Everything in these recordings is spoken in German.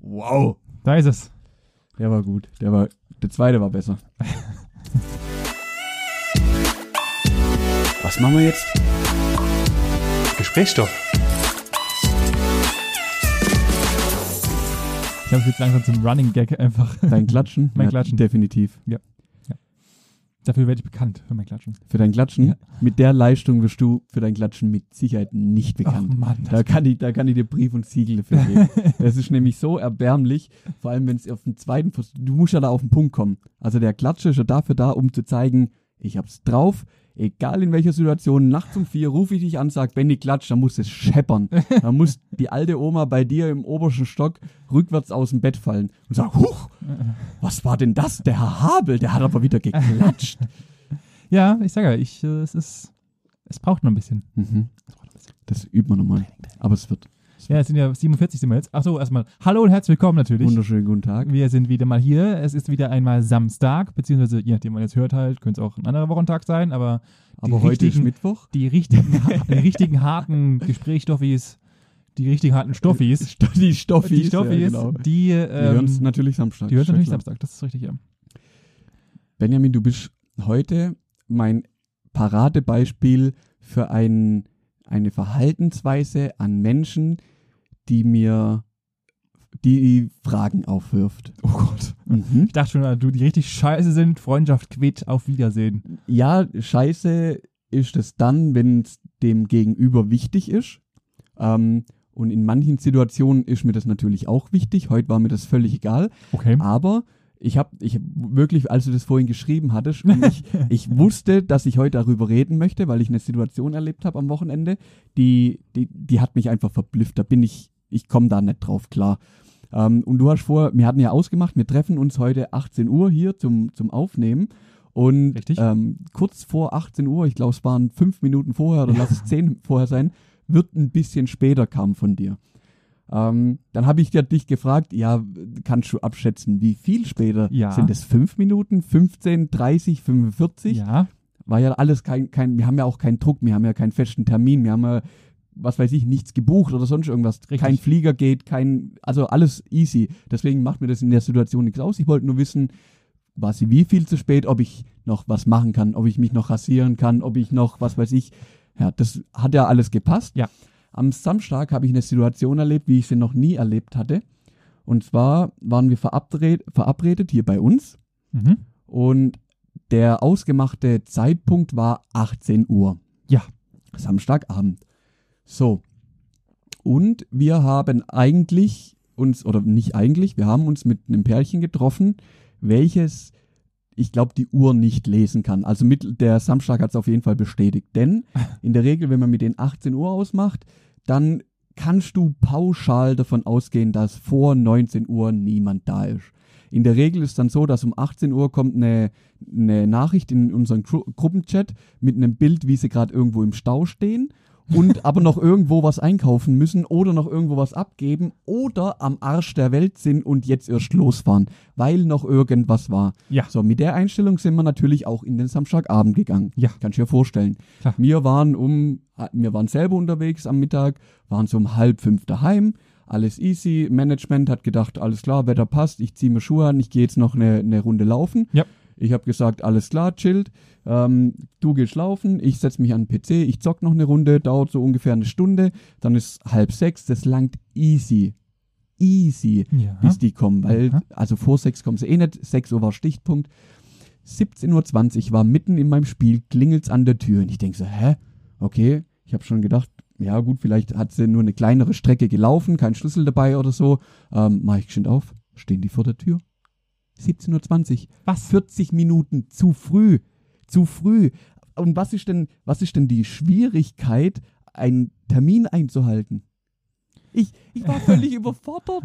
Wow. Da ist es. Der war gut. Der war. Der zweite war besser. Was machen wir jetzt? Gesprächsstoff. Ich habe jetzt langsam zum Running Gag einfach. Dein Klatschen? Mein Klatschen. Definitiv. Dafür werde ich bekannt für mein Klatschen. Für dein Klatschen? Ja. Mit der Leistung wirst du für dein Klatschen mit Sicherheit nicht bekannt. Ach Mann, Da kann, ich, da kann ich dir Brief und Siegel dafür geben. Das ist nämlich so erbärmlich, vor allem wenn es auf den zweiten Vers Du musst ja da auf den Punkt kommen. Also der Klatsche ist ja dafür da, um zu zeigen, ich hab's drauf. Egal in welcher Situation, nachts um vier rufe ich dich an, sag, Benny klatscht, dann muss es scheppern. Dann muss die alte Oma bei dir im obersten Stock rückwärts aus dem Bett fallen und sagen, huch, was war denn das? Der Herr Habel, der hat aber wieder geklatscht. ja, ich sage ja, ich, äh, es ist, es braucht noch ein bisschen. Mhm. Das übt man nochmal. Aber es wird Ja, es sind ja 47 sind wir jetzt. Achso, erstmal hallo und herzlich willkommen natürlich. wunderschönen guten Tag. Wir sind wieder mal hier. Es ist wieder einmal Samstag, beziehungsweise je nachdem, wann ihr es hört halt, könnte es auch ein anderer Wochentag sein, aber Aber heute ist richtigen- Mittwoch. die richtigen, die richtigen harten Gesprächsstoffis, die richtigen harten Stoffis, Die Stoffis. die Stoffis, ja, genau. die, Die hören ähm, es natürlich Samstag. die hören ist ja natürlich klar. Samstag, das ist richtig, ja. Benjamin, du bist heute mein Paradebeispiel für ein, eine Verhaltensweise an Menschen, die mir die Fragen aufwirft. Oh Gott. Mhm. Ich dachte schon, äh, du, die richtig scheiße sind, Freundschaft quitt, auf Wiedersehen. Ja, scheiße ist es dann, wenn es dem Gegenüber wichtig ist. Ähm, und in manchen Situationen ist mir das natürlich auch wichtig. Heute war mir das völlig egal. Okay. Aber ich habe ich hab wirklich, als du das vorhin geschrieben hattest, und ich, ich wusste, dass ich heute darüber reden möchte, weil ich eine Situation erlebt habe am Wochenende, die, die, die hat mich einfach verblüfft. Da bin ich, ich komme da nicht drauf klar. Ähm, und du hast vor, wir hatten ja ausgemacht, wir treffen uns heute 18 Uhr hier zum, zum Aufnehmen. Und Richtig. ähm, kurz vor 18 Uhr, ich glaube, es waren fünf Minuten vorher oder lass es zehn vorher sein, wird ein bisschen später kam von dir. Ähm, dann habe ich ja dich gefragt, ja, kannst du abschätzen, wie viel später? Ja. Sind es fünf Minuten, 15, 30, 45? Ja, War ja alles kein, kein, wir haben ja auch keinen Druck, wir haben ja keinen festen Termin, wir haben ja, was weiß ich, nichts gebucht oder sonst irgendwas. Richtig. Kein Flieger geht, kein, also alles easy. Deswegen macht mir das in der Situation nichts aus. Ich wollte nur wissen, war sie wie viel zu spät, ob ich noch was machen kann, ob ich mich noch rasieren kann, ob ich noch, was weiß ich. Ja, das hat ja alles gepasst. Ja. Am Samstag habe ich eine Situation erlebt, wie ich sie noch nie erlebt hatte. Und zwar waren wir verabredet, verabredet hier bei uns. mhm. Und der ausgemachte Zeitpunkt war 18 Uhr. Ja. Samstagabend. So. Und wir haben eigentlich uns, oder nicht eigentlich, wir haben uns mit einem Pärchen getroffen, welches, ich glaube, die Uhr nicht lesen kann. Also mit, der Samstag hat es auf jeden Fall bestätigt. Denn in der Regel, wenn man mit den 18 Uhr ausmacht, dann kannst du pauschal davon ausgehen, dass vor 19 Uhr niemand da ist. In der Regel ist dann so, dass um 18 Uhr kommt eine, eine Nachricht in unseren Gru Gruppenchat mit einem Bild, wie sie gerade irgendwo im Stau stehen und aber noch irgendwo was einkaufen müssen oder noch irgendwo was abgeben oder am Arsch der Welt sind und jetzt erst losfahren, weil noch irgendwas war. Ja. So, mit der Einstellung sind wir natürlich auch in den Samstagabend gegangen. Ja. Kannst du dir vorstellen. Klar. Wir waren um, wir waren selber unterwegs am Mittag, waren so um halb fünf daheim, alles easy. Management hat gedacht, alles klar, Wetter passt, ich ziehe mir Schuhe an, ich gehe jetzt noch eine, eine Runde laufen. Ja. Ich habe gesagt, alles klar, chillt. Ähm, du gehst laufen, ich setze mich an den PC, ich zock noch eine Runde, dauert so ungefähr eine Stunde, dann ist halb sechs, das langt easy. Easy Ja. bis die kommen, weil Aha. also vor sechs kommen sie eh nicht. 6 Uhr war Stichpunkt. 17.20 Uhr war mitten in meinem Spiel, klingelt's an der Tür. Und ich denke so, hä? Okay, ich habe schon gedacht, ja gut, vielleicht hat sie nur eine kleinere Strecke gelaufen, kein Schlüssel dabei oder so. Ähm, mach ich geschwind auf, stehen die vor der Tür. 17.20 Uhr. Was? 40 Minuten zu früh. Zu früh. Und was ist denn, was ist denn die Schwierigkeit, einen Termin einzuhalten? Ich, ich war völlig überfordert.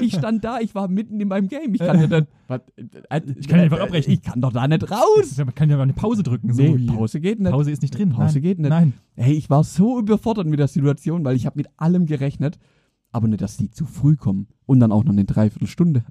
Ich stand da, ich war mitten in meinem Game. Ich kann ja dann. Was, äh, Ich kann ja einfach abbrechen. Ich kann doch da nicht raus. Man kann ja mal eine Pause drücken. So Nee, wie- Pause geht nicht. Pause ist nicht drin. Pause Nein. geht nicht. Nein. Hey, ich war so überfordert mit der Situation, weil ich habe mit allem gerechnet, aber nicht, dass die zu früh kommen. Und dann auch noch eine Dreiviertelstunde.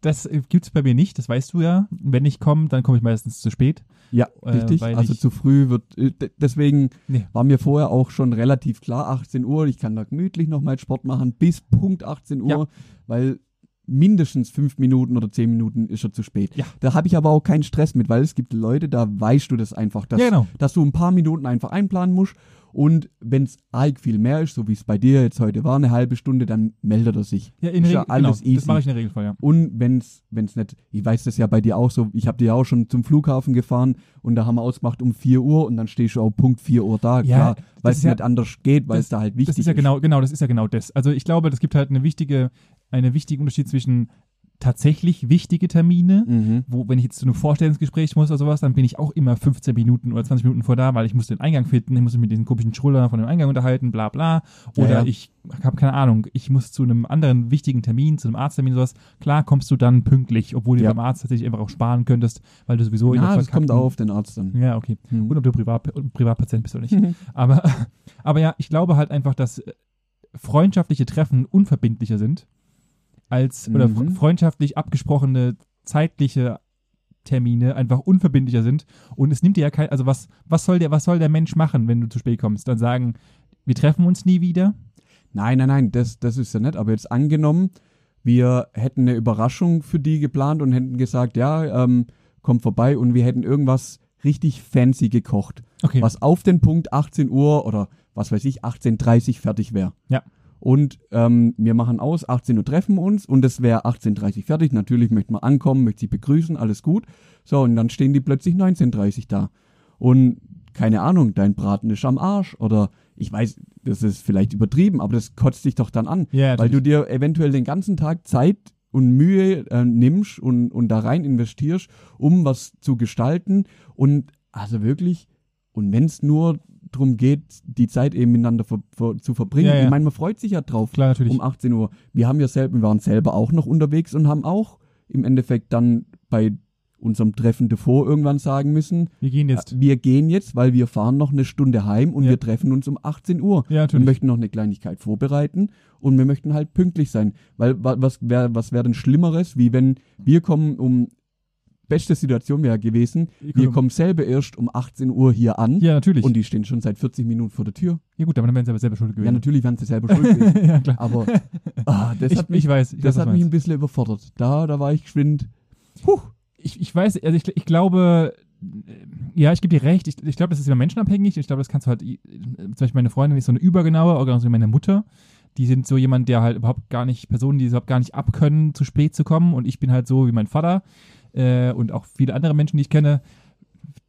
das gibt es bei mir nicht, das weißt du ja. Wenn ich komme, dann komme ich meistens zu spät. Ja, Äh, richtig. weil also ich- zu früh wird. äh, d- Deswegen Nee. war mir vorher auch schon relativ klar, 18 Uhr, ich kann da gemütlich noch meinen Sport machen bis Punkt 18 Uhr, Ja. weil mindestens fünf Minuten oder zehn Minuten ist schon zu spät. Ja. Da habe ich aber auch keinen Stress mit, weil es gibt Leute, da weißt du das einfach, dass, Ja, genau. dass du ein paar Minuten einfach einplanen musst. Und wenn es arg viel mehr ist, so wie es bei dir jetzt heute war, eine halbe Stunde, dann meldet er sich. Ja, in Ist ja Regel- alles genau, Das easy. mache ich in der Regel voll, ja. Und wenn's, wenn's nicht, ich weiß das ja bei dir auch so, ich habe dir ja auch schon zum Flughafen gefahren und da haben wir ausgemacht um 4 Uhr und dann stehst du auch Punkt 4 Uhr da, Ja, klar, das weil ist es ja- nicht anders geht, weil es da halt wichtig Das ist ja genau, genau, das ist ja genau das. Also ich glaube, das gibt halt eine wichtige, einen wichtigen Unterschied zwischen tatsächlich wichtige Termine, Mhm. wo, wenn ich jetzt zu einem Vorstellungsgespräch muss oder sowas, dann bin ich auch immer 15 Minuten oder 20 Minuten vor da, weil ich muss den Eingang finden, ich muss mich mit diesem komischen Schruller von dem Eingang unterhalten, bla bla. Oder Ja, ja. ich habe keine Ahnung, ich muss zu einem anderen wichtigen Termin, zu einem Arzttermin oder sowas. Klar kommst du dann pünktlich, obwohl du Ja. beim Arzt tatsächlich einfach auch sparen könntest, weil du sowieso Na, das kommt auf. auch auf den Arzt an. Ja, okay. Mhm. Gut, ob du Privat, Privatpatient bist oder nicht. aber, aber ja, ich glaube halt einfach, dass äh, freundschaftliche Treffen unverbindlicher sind als oder Mhm. fre- freundschaftlich abgesprochene zeitliche Termine einfach unverbindlicher sind und es nimmt dir ja kein also was was soll der was soll der Mensch machen, wenn du zu spät kommst? Dann sagen, wir treffen uns nie wieder. Nein, nein, nein, das, das ist ja nett, aber jetzt angenommen, wir hätten eine Überraschung für die geplant und hätten gesagt, ja, ähm, kommt vorbei und wir hätten irgendwas richtig fancy gekocht. Okay. was auf den Punkt 18 Uhr oder was weiß ich, 18.30 Uhr fertig wäre. Ja. Und ähm, wir machen aus, 18 Uhr treffen wir uns und es wäre 18.30 Uhr fertig. Natürlich möchte man ankommen, möchte sie begrüßen, alles gut. So, und dann stehen die plötzlich 19.30 Uhr da. Und keine Ahnung, dein Braten ist am Arsch oder ich weiß, das ist vielleicht übertrieben, aber das kotzt dich doch dann an. Ja, Weil du dir eventuell den ganzen Tag Zeit und Mühe äh, nimmst und, und da rein investierst, um was zu gestalten. Und also wirklich, und wenn es nur darum geht, die Zeit eben miteinander ver ver zu verbringen, Ja, ja. ich meine, man freut sich ja drauf klar natürlich. um 18 Uhr. Wir haben ja selber, wir waren selber auch noch unterwegs und haben auch im Endeffekt dann bei unserem Treffen davor irgendwann sagen müssen, wir gehen jetzt. äh, wir gehen jetzt, weil wir fahren noch eine Stunde heim und Ja. wir treffen uns um 18 Uhr. Ja, Wir natürlich. möchten noch eine Kleinigkeit vorbereiten und wir möchten halt pünktlich sein. Weil wa- was wäre was wär denn Schlimmeres, wie wenn wir kommen um, beste Situation wäre gewesen, Ihr wir kommt- kommen selber erst um 18 Uhr hier an Genau. ja, natürlich. und die stehen schon seit 40 Minuten vor der Tür. ja gut, aber dann werden sie aber selber schuld Ja, gewesen. natürlich wären sie selber schuld gewesen. ja, klar. Aber ah, das ich, hat mich, ich weiß, ich weiß, das was hat du mich meinst. ein bisschen überfordert. Da, da war ich geschwind. Puh. ich, ich weiß, also ich, ich glaube, äh, ja, ich gebe dir recht. Ich, ich glaube, das ist immer menschenabhängig. Ich glaube, das kannst du halt, äh, zum Beispiel meine Freundin ist so eine übergenaue, oder so meine Mutter. Die sind so jemand, der halt überhaupt gar nicht, Personen, die es überhaupt gar nicht abkönnen, zu spät zu kommen. Und ich bin halt so wie mein Vater äh, und auch viele andere Menschen, die ich kenne.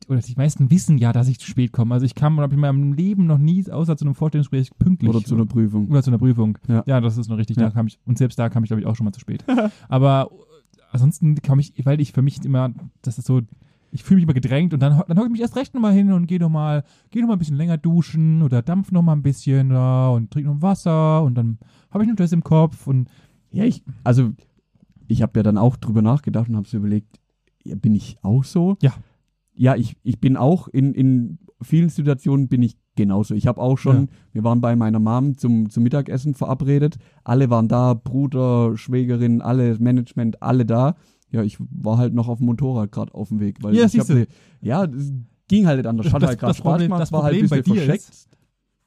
Oder die meisten wissen ja, dass ich zu spät komme. Also ich kam, glaube ich, in meinem Leben noch nie, außer zu einem Vorstellungsgespräch, pünktlich. Oder zu einer Prüfung. Oder zu einer Prüfung. Ja. das ist noch richtig. Da Ja. kam ich, und selbst da kam ich, glaube ich, auch schon mal zu spät. Aber äh, ansonsten kam ich, weil ich für mich immer, das ist so, ich fühle mich immer gedrängt und dann, ho- dann hocke ich mich erst recht nochmal hin und gehe nochmal, gehe nochmal ein bisschen länger duschen oder dampf nochmal ein bisschen ja, und trinke noch Wasser und dann habe ich nur das im Kopf und Ja, ich, also ich habe ja dann auch drüber nachgedacht und habe so überlegt, ja, bin ich auch so? Ja. Ja, ich, ich bin auch in, in vielen Situationen bin ich genauso. Ich habe auch schon, wir waren bei meiner Mom zum, zum Mittagessen verabredet. Alle waren da, Bruder, Schwägerin, alle, Management, alle da. Ja, ich war halt noch auf dem Motorrad gerade auf dem Weg. Weil Ja, ich hab siehst du. ne- ja, das ging halt nicht anders. Hat Das- halt gerade das Spaß Problem- gemacht, das war halt ein Problem bei bisschen dir versteckt. ist-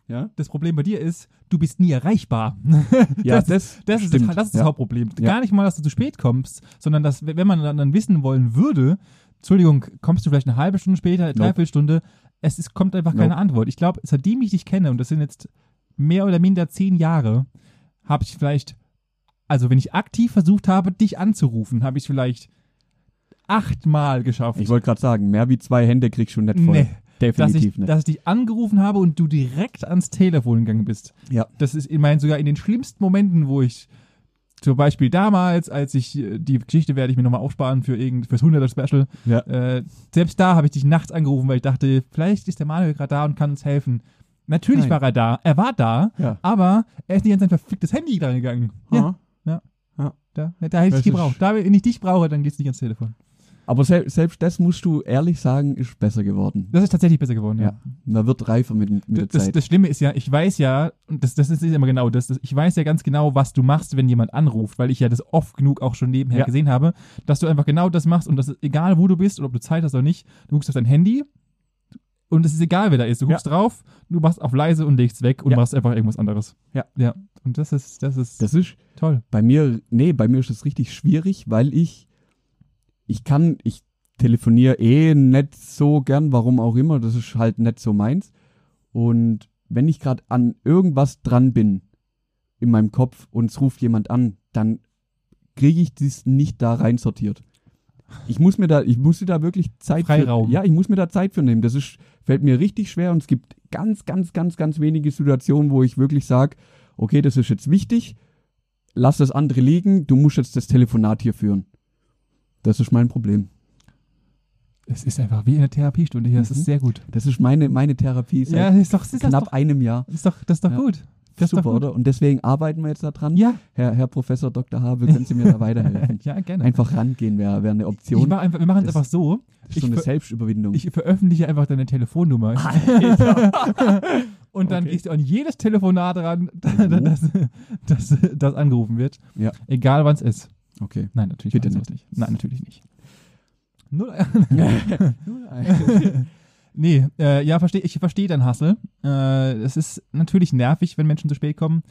ja, das Problem bei dir ist, du bist nie erreichbar. ja Das- das, Das ist, das, stimmt. das, ist das ja. Hauptproblem. Ja. Gar nicht mal, dass du zu spät kommst, sondern dass, wenn man dann- dann wissen wollen würde, Entschuldigung, kommst du vielleicht eine halbe Stunde später, eine Nope. Dreiviertelstunde, es ist, kommt einfach keine Nope. Antwort. Ich glaube, seitdem ich dich kenne, und das sind jetzt mehr oder minder zehn Jahre, habe ich vielleicht, also wenn ich aktiv versucht habe, dich anzurufen, habe ich vielleicht achtmal geschafft. Ich wollte gerade sagen, mehr wie zwei Hände kriegst du nicht voll. Nee, dass Definitiv ich, nicht. dass ich dich angerufen habe und du direkt ans Telefon gegangen bist. Ja. Das ist, ich meine, sogar in den schlimmsten Momenten, wo ich zum Beispiel damals, als ich äh, die Geschichte werde ich mir nochmal aufsparen für irgend fürs 100er Special. Ja. Äh, selbst da habe ich dich nachts angerufen, weil ich dachte, vielleicht ist der Manuel gerade da und kann uns helfen. Natürlich Nein. war er da, er war da, Ja. aber er ist nicht an sein verficktes Handy dran gegangen. Ja, Ha? da, da hätte ich Das dich gebraucht. ist- Da, wenn ich dich brauche, dann gehst du nicht ans Telefon. Aber sel selbst das musst du ehrlich sagen, ist besser geworden. Das ist tatsächlich besser geworden, ja. Ja. Man wird reifer mit, mit der Das, Zeit. das Schlimme ist ja, ich weiß ja, und das, das ist immer genau das, das, ich weiß ja ganz genau, was du machst, wenn jemand anruft, weil ich ja das oft genug auch schon nebenher Ja. gesehen habe, dass du einfach genau das machst und das ist egal, wo du bist oder ob du Zeit hast oder nicht, du guckst auf dein Handy und es ist egal, wer da ist. Du Ja. guckst drauf, du machst auf leise und legst weg und Ja. machst einfach irgendwas anderes. Ja. Ja. Und das ist, das ist Das ist toll. bei mir, nee, bei mir ist das richtig schwierig, weil ich, ich kann, ich telefoniere eh nicht so gern, warum auch immer, das ist halt nicht so meins. Und wenn ich gerade an irgendwas dran bin in meinem Kopf und es ruft jemand an, dann kriege ich das nicht da reinsortiert. Ich muss mir da, ich muss da wirklich Zeit Freiraum. für, ja, ich muss mir da Zeit für nehmen. Das ist, fällt mir richtig schwer und es gibt ganz, ganz, ganz, ganz wenige Situationen, wo ich wirklich sage, okay, das ist jetzt wichtig, lass das andere liegen, du musst jetzt das Telefonat hier führen. Das ist mein Problem. Es ist einfach wie in der Therapiestunde hier, das Mhm. ist sehr gut. Das ist meine, meine Therapie Ja, seit das ist doch, das ist knapp doch, einem Jahr. das ist doch, das ist doch Ja. gut. Das ist Super, doch gut. oder? Und deswegen arbeiten wir jetzt da dran. Ja, Herr, Herr Professor Dr. Habe, können Sie mir da weiterhelfen? ja, gerne. Einfach rangehen wäre wäre eine Ich Option. mach einfach, wir machen es Das- einfach so. Das ist so ich eine ver- Selbstüberwindung. Ich veröffentliche einfach deine Telefonnummer. Und dann Ah, Okay. Mhm. gehst du an jedes Telefonat ran, das, das, das angerufen wird. Ja. Egal wann es ist. okay. Nein, natürlich Bitte machen wir es nicht. Nein, natürlich nicht. Null, nee, äh, ja, versteh, ich verstehe deinen Hassel. Äh, es ist natürlich nervig, wenn Menschen zu spät kommen.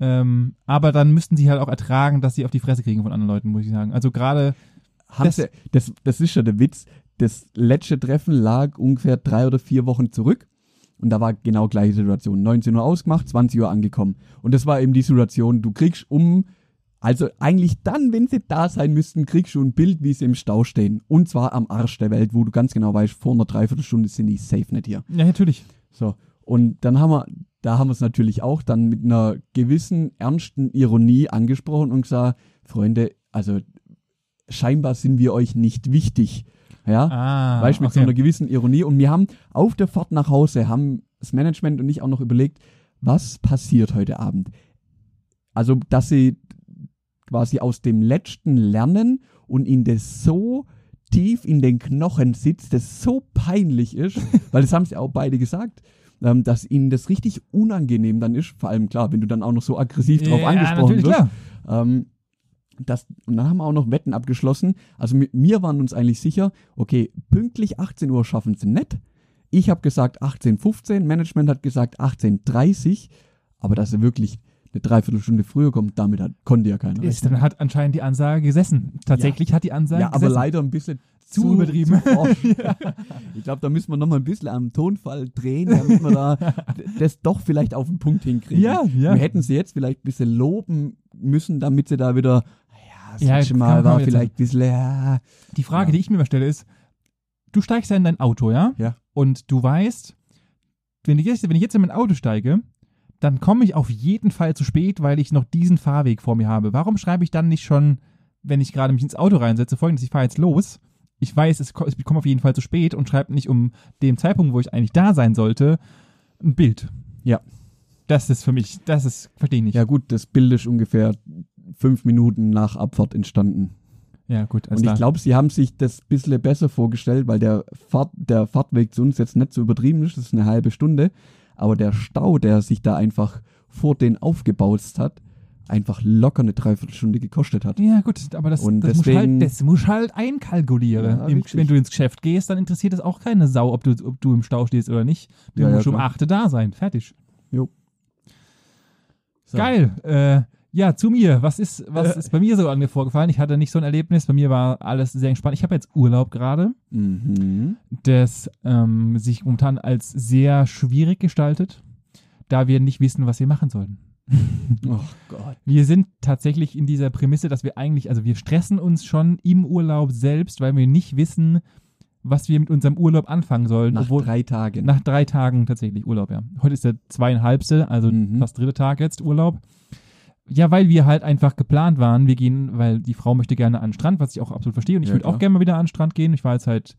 Ähm, aber dann müssten sie halt auch ertragen, dass sie auf die Fresse kriegen von anderen Leuten, muss ich sagen. Also gerade, Haben Das- Sie, das, das ist ja der Witz. Das letzte Treffen lag ungefähr drei oder vier Wochen zurück. Und da war genau gleiche Situation. 19 Uhr ausgemacht, 20 Uhr angekommen. Und das war eben die Situation, du kriegst um, also eigentlich dann, wenn sie da sein müssten, kriegst du ein Bild, wie sie im Stau stehen. Und zwar am Arsch der Welt, wo du ganz genau weißt, vor einer Dreiviertelstunde sind die safe nicht hier. ja natürlich, So, und dann haben wir, da haben wir es natürlich auch dann mit einer gewissen ernsten Ironie angesprochen und gesagt, Freunde, also scheinbar sind wir euch nicht wichtig. Ja, ah, weißt du, mit so okay. einer gewissen Ironie. Und wir haben auf der Fahrt nach Hause, haben das Management und ich auch noch überlegt, was passiert heute Abend? Also, dass sie quasi aus dem Letzten lernen und ihnen das so tief in den Knochen sitzt, das so peinlich ist, weil das haben sie auch beide gesagt, ähm, dass ihnen das richtig unangenehm dann ist, vor allem klar, wenn du dann auch noch so aggressiv drauf Ja, angesprochen natürlich, wirst. klar. Ähm, das, und dann haben wir auch noch Wetten abgeschlossen. Also mi- wir waren uns eigentlich sicher, okay, pünktlich 18 Uhr schaffen sie nicht. Ich habe gesagt 18.15, Management hat gesagt 18.30, aber dass er wirklich eine Dreiviertelstunde früher kommt, damit hat, konnte ja keiner. Ist, rechnen. dann hat anscheinend die Ansage gesessen. Tatsächlich hat die Ansage ja, aber gesessen. leider ein bisschen Zu übertrieben. zu forsch. Ich glaube, da müssen wir nochmal ein bisschen am Tonfall drehen, damit wir da d- das doch vielleicht auf den Punkt hinkriegen. Ja, ja. Wir hätten sie jetzt vielleicht ein bisschen loben müssen, damit sie da wieder, ja, das Ja, letzte kann Mal man war jetzt vielleicht ein bisschen, ja, Die Frage, Ja. die ich mir immer stelle, ist: Du steigst ja in dein Auto, ja? Ja. Und du weißt, wenn ich jetzt, wenn ich jetzt in mein Auto steige, dann komme ich auf jeden Fall zu spät, weil ich noch diesen Fahrweg vor mir habe. Warum schreibe ich dann nicht schon, wenn ich gerade mich ins Auto reinsetze, folgendes: Ich fahre jetzt los. Ich weiß, es ko- ich komme auf jeden Fall zu spät und schreibe nicht um dem Zeitpunkt, wo ich eigentlich da sein sollte, ein Bild. Ja. Das ist für mich, das ist, verstehe ich nicht. ja gut, das Bild ist ungefähr fünf Minuten nach Abfahrt entstanden. Ja, gut, alles Und ich klar. glaube, sie haben sich das ein bisschen besser vorgestellt, weil der, Fahrt, der Fahrtweg zu uns jetzt nicht so übertrieben ist, das ist eine halbe Stunde. Aber der Stau, der sich da einfach vor denen aufgebaut hat, einfach locker eine Dreiviertelstunde gekostet hat. Ja, gut, aber das, Und das, muss, deswegen- halt, das muss halt einkalkulieren. Ja, Im, richtig. wenn du ins Geschäft gehst, dann interessiert das auch keine Sau, ob du, ob du im Stau stehst oder nicht. Du Ja, ja, musst um klar. 8 da sein. Fertig. So. Geil. Äh, ja, zu mir. Was ist, was Äh. ist bei mir so ange- vorgefallen? Ich hatte nicht so ein Erlebnis. Bei mir war alles sehr entspannt. Ich habe jetzt Urlaub gerade, Mhm. das ähm, sich momentan als sehr schwierig gestaltet, da wir nicht wissen, was wir machen sollen. Oh Gott. Wir sind tatsächlich in dieser Prämisse, dass wir eigentlich, also wir stressen uns schon im Urlaub selbst, weil wir nicht wissen, was wir mit unserem Urlaub anfangen sollen. Nach obwohl, drei Tagen. nach drei Tagen tatsächlich Urlaub, ja. Heute ist der zweieinhalbste, also Mhm. fast dritte Tag jetzt Urlaub. Ja, weil wir halt einfach geplant waren. Wir gehen, weil die Frau möchte gerne an den Strand, was ich auch absolut verstehe. Und ich Ja, würde klar. auch gerne mal wieder an den Strand gehen. Ich war jetzt halt,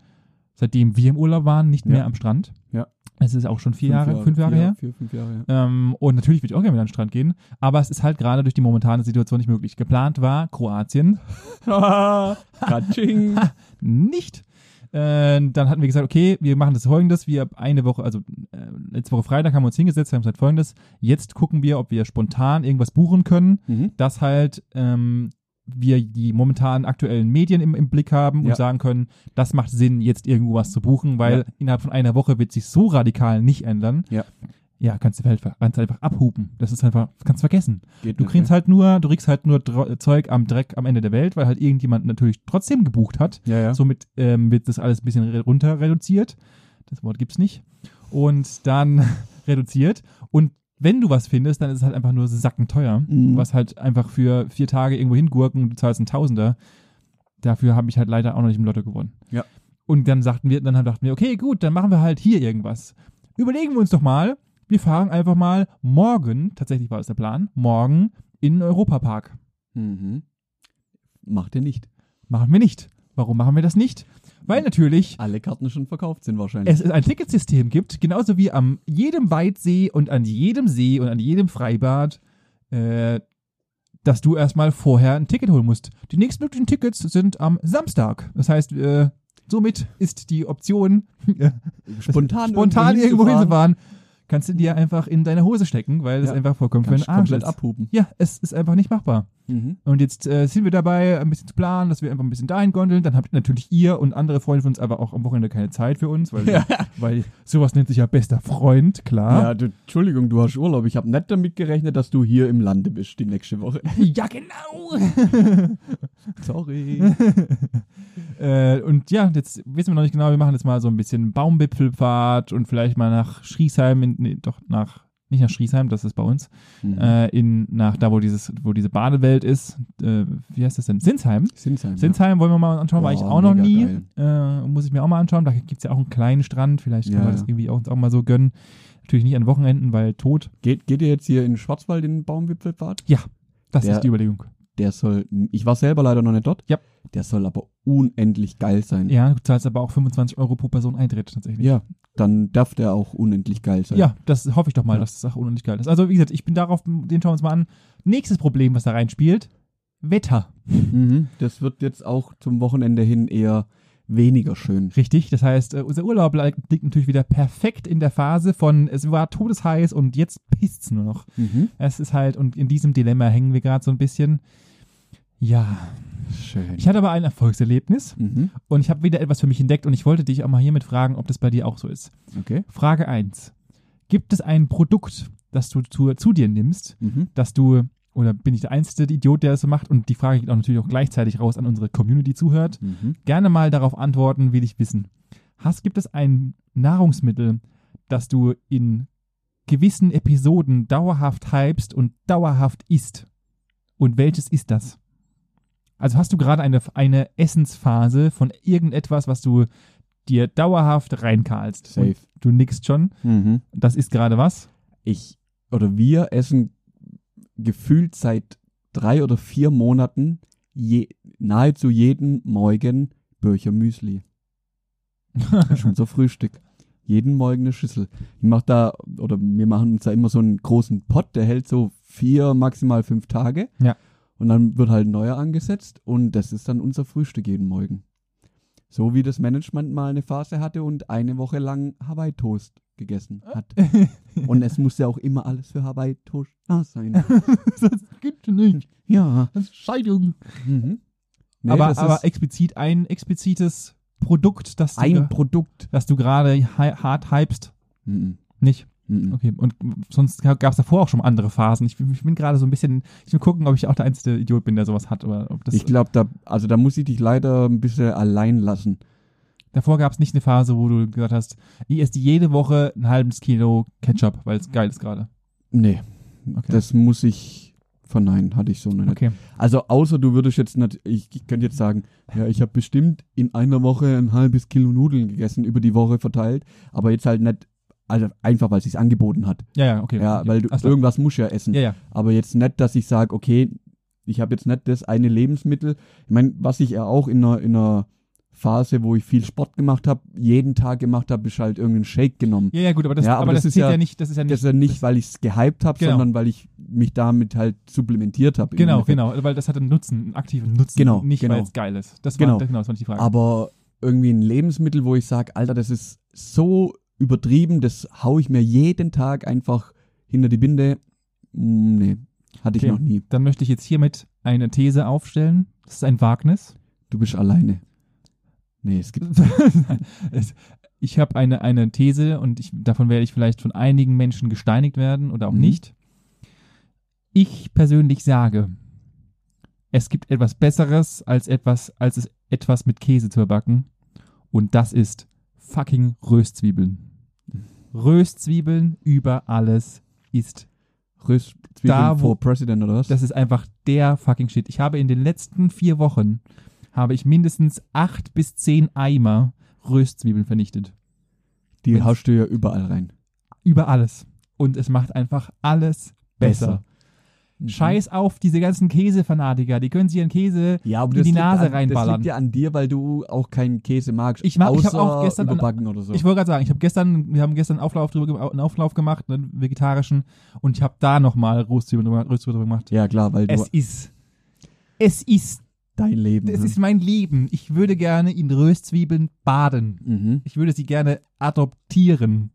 seitdem wir im Urlaub waren, nicht Ja. mehr am Strand. Ja. Es ist auch schon vier Jahre, fünf Jahre vier, her. Vier, fünf Jahre her. Ähm, und natürlich würde ich auch gerne wieder an den Strand gehen, aber es ist halt gerade durch die momentane Situation nicht möglich. Geplant war Kroatien, Katsching. nicht. Äh, dann hatten wir gesagt, okay, wir machen das folgendes. Wir eine Woche, also äh, letzte Woche Freitag haben wir uns hingesetzt, haben gesagt folgendes. Jetzt gucken wir, ob wir spontan irgendwas buchen können, mhm. dass halt ähm, wir die momentan aktuellen Medien im, im Blick haben und Ja. sagen können, das macht Sinn, jetzt irgendwo was zu buchen, weil Ja. innerhalb von einer Woche wird sich so radikal nicht ändern. Ja. Ja, kannst du halt kannst einfach abhupen. Das ist einfach, kannst vergessen. Geht Du nicht, kriegst halt nur, du kriegst halt nur Dro Zeug am Dreck am Ende der Welt, weil halt irgendjemand natürlich trotzdem gebucht hat. ne? Ja, ja. Somit ähm, wird das alles ein bisschen re- runter reduziert. Das Wort gibt's nicht. Und dann reduziert. Und wenn du was findest, dann ist es halt einfach nur sackenteuer. Mhm. Was halt einfach für vier Tage irgendwo hingurken und du zahlst einen Tausender. Dafür habe ich halt leider auch noch nicht im Lotto gewonnen. Ja. Und dann sagten wir, dann dachten wir, okay, gut, dann machen wir halt hier irgendwas. Überlegen wir uns doch mal, wir fahren einfach mal morgen, tatsächlich war das der Plan, morgen in den Europapark. Mhm. Macht er nicht. Machen wir nicht. Warum machen wir das nicht? Weil natürlich Alle Karten schon verkauft sind wahrscheinlich. es ist ein Ticketsystem gibt, genauso wie am jedem Weitsee und an jedem See und an jedem Freibad, äh, dass du erstmal vorher ein Ticket holen musst. Die nächstmöglichen Tickets sind am Samstag. Das heißt, äh, somit ist die Option, äh, spontan, spontan irgendwo hinzufahren, kannst du dir einfach in deine Hose stecken, weil das Ja. einfach vollkommen für Kannst den Arsch komplett ist. abhuben. Ja, es ist einfach nicht machbar. Mhm. Und jetzt äh, sind wir dabei, ein bisschen zu planen, dass wir einfach ein bisschen dahin gondeln. Dann habt natürlich ihr und andere Freunde von uns aber auch am Wochenende keine Zeit für uns, weil, Ja. weil sowas nennt sich ja bester Freund, Ja, klar. du, Entschuldigung, du hast Urlaub. Ich habe nicht damit gerechnet, dass du hier im Lande bist die nächste Woche. Ja, genau. Sorry. äh, und ja, jetzt wissen wir noch nicht genau, wir machen jetzt mal so ein bisschen Baumwipfelfahrt und vielleicht mal nach Schriesheim, in, nee, doch nach, nicht nach Schriesheim, das ist bei uns, Mhm. äh, in, nach da, wo, dieses, wo diese Badewelt ist. Äh, wie heißt das denn? Sinsheim. Sinsheim. Sinsheim wollen wir mal anschauen, war ich Boah, auch noch mega nie. geil. Äh, muss ich mir auch mal anschauen. Da gibt es ja auch einen kleinen Strand. Vielleicht können Ja, wir das ja. irgendwie auch, uns auch mal so gönnen. Natürlich nicht an Wochenenden, weil tot. Geht, geht ihr jetzt hier in den Schwarzwald in den Baumwipfelpfad? Das Der- ist die Überlegung. Der soll, ich war selber leider noch nicht dort. Ja. Der soll aber unendlich geil sein. Ja, du zahlst aber auch 25 Euro pro Person Eintritt tatsächlich. Ja, dann darf der auch unendlich geil sein. Ja, das hoffe ich doch mal, Ja. dass das auch unendlich geil ist. Also, wie gesagt, ich bin darauf, den schauen wir uns mal an. Nächstes Problem, was da reinspielt: Wetter. Mhm. Das wird jetzt auch zum Wochenende hin eher weniger schön. Richtig, das heißt, äh, unser Urlaub liegt natürlich wieder perfekt in der Phase von, es war todesheiß und jetzt pisst's nur noch. Mhm. Es ist halt, und in diesem Dilemma hängen wir gerade so ein bisschen. Ja, Schön. ich hatte aber ein Erfolgserlebnis Mhm. und ich habe wieder etwas für mich entdeckt und ich wollte dich auch mal hiermit fragen, ob das bei dir auch so ist. Okay. Frage 1. Gibt es ein Produkt, das du zu, zu dir nimmst, Mhm. das du, oder bin ich der einzige Idiot, der das so macht? Und die Frage geht auch natürlich auch gleichzeitig raus an unsere Community zuhört. Mhm. Gerne mal darauf antworten, will ich wissen. Hast, gibt es ein Nahrungsmittel, das du in gewissen Episoden dauerhaft hypst und dauerhaft isst? Und welches ist das? Also hast du gerade eine, eine Essensphase von irgendetwas, was du dir dauerhaft reinkahlst? Safe. Und Du nickst schon. Mhm. Das ist gerade was? Ich oder wir essen gefühlt seit drei oder vier Monaten je, nahezu jeden Morgen Böcher Müsli. Das ist unser Frühstück. Jeden Morgen eine Schüssel. Ich mach da, oder wir machen uns da immer so einen großen Pott, der hält so vier, maximal fünf Tage. Ja. Und dann wird halt ein neuer angesetzt und das ist dann unser Frühstück jeden Morgen. So wie das Management mal eine Phase hatte und eine Woche lang Hawaii-Toast gegessen hat. Und es muss ja auch immer alles für Hawaii-Toast da sein. das gibt es nicht. Ja. Das ist Scheidung. Mhm. Nee, aber das aber ist explizit ein explizites Produkt, das du, ein Produkt. das du gerade hi- hart hypst. Mhm. Nicht. Mhm. Okay. Und sonst gab es davor auch schon andere Phasen. Ich, bin- ich bin gerade so ein bisschen. Ich will gucken, ob ich auch der einzige Idiot bin, der sowas hat. Oder ob das, Ich glaube, da, also da muss ich dich leider ein bisschen allein lassen. davor gab es nicht eine Phase, wo du gesagt hast, ich esse jede Woche ein halbes Kilo Ketchup, weil es geil ist gerade. Nee, Okay. das muss ich verneinen, hatte ich so noch nicht. Okay. Also außer du würdest jetzt nicht, ich, ich könnte jetzt sagen, ja, ich habe bestimmt in einer Woche ein halbes Kilo Nudeln gegessen, über die Woche verteilt, aber jetzt halt nicht, also einfach, weil es sich angeboten hat. Ja, ja, okay. Ja, okay. weil du, Ach so. irgendwas musst du ja essen. Ja, ja. Aber jetzt nicht, dass ich sage, okay, ich habe jetzt nicht das eine Lebensmittel. Ich meine, was ich ja auch in einer, in einer Phase, wo ich viel Sport gemacht habe, jeden Tag gemacht habe, ist halt irgendeinen Shake genommen. Ja, ja, gut, aber das, Ja, aber aber das das, ist zählt ja- ja, nicht, das ist ja nicht. Das ist ja nicht, weil ich es gehypt habe, Genau. sondern weil ich mich damit halt supplementiert habe. im genau, Endeffekt. genau, weil das hat einen Nutzen, einen aktiven Nutzen, Genau, nicht genau. weil es geil ist. Das war, Genau. das, genau, das war nicht die Frage. Aber irgendwie ein Lebensmittel, wo ich sage, Alter, das ist so übertrieben, das hau ich mir jeden Tag einfach hinter die Binde. Mm, Nee, hatte ich Okay. noch nie. Dann möchte ich jetzt hiermit eine These aufstellen. Das ist ein Wagnis. Du bist alleine. Nee, es gibt. Es- ich habe eine, eine These und ich, davon werde ich vielleicht von einigen Menschen gesteinigt werden oder auch Mhm. nicht. Ich persönlich sage, es gibt etwas Besseres als etwas, als es etwas mit Käse zu verbacken. Und das ist fucking Röstzwiebeln. Röstzwiebeln über alles ist Röstzwiebeln Da, wo- vor President oder was? Das ist einfach der fucking Shit. Ich habe in den letzten vier Wochen habe ich mindestens acht bis zehn Eimer Röstzwiebeln vernichtet. die wenn's- haust du ja überall rein. Über alles. Und es macht einfach alles besser. Mhm. Scheiß auf diese ganzen Käsefanatiker. Die können sich ihren Käse. Ja, aber in das die liegt Nase an, Das reinballern. liegt ja an dir, weil du auch keinen Käse magst. Ich mag- ich außer hab auch gestern an- überbacken oder so. Ich wollte gerade sagen, ich habe gestern, wir haben gestern einen Auflauf, drüber, gem- einen Auflauf gemacht, einen vegetarischen, und ich habe da nochmal Röstzwiebeln drüber, Röstzwiebeln drüber gemacht. ja, klar, weil du Es ist. Es ist. dein Leben. Es ne? ist mein Leben. Ich würde gerne in Röstzwiebeln baden. mhm. Ich würde sie gerne adoptieren.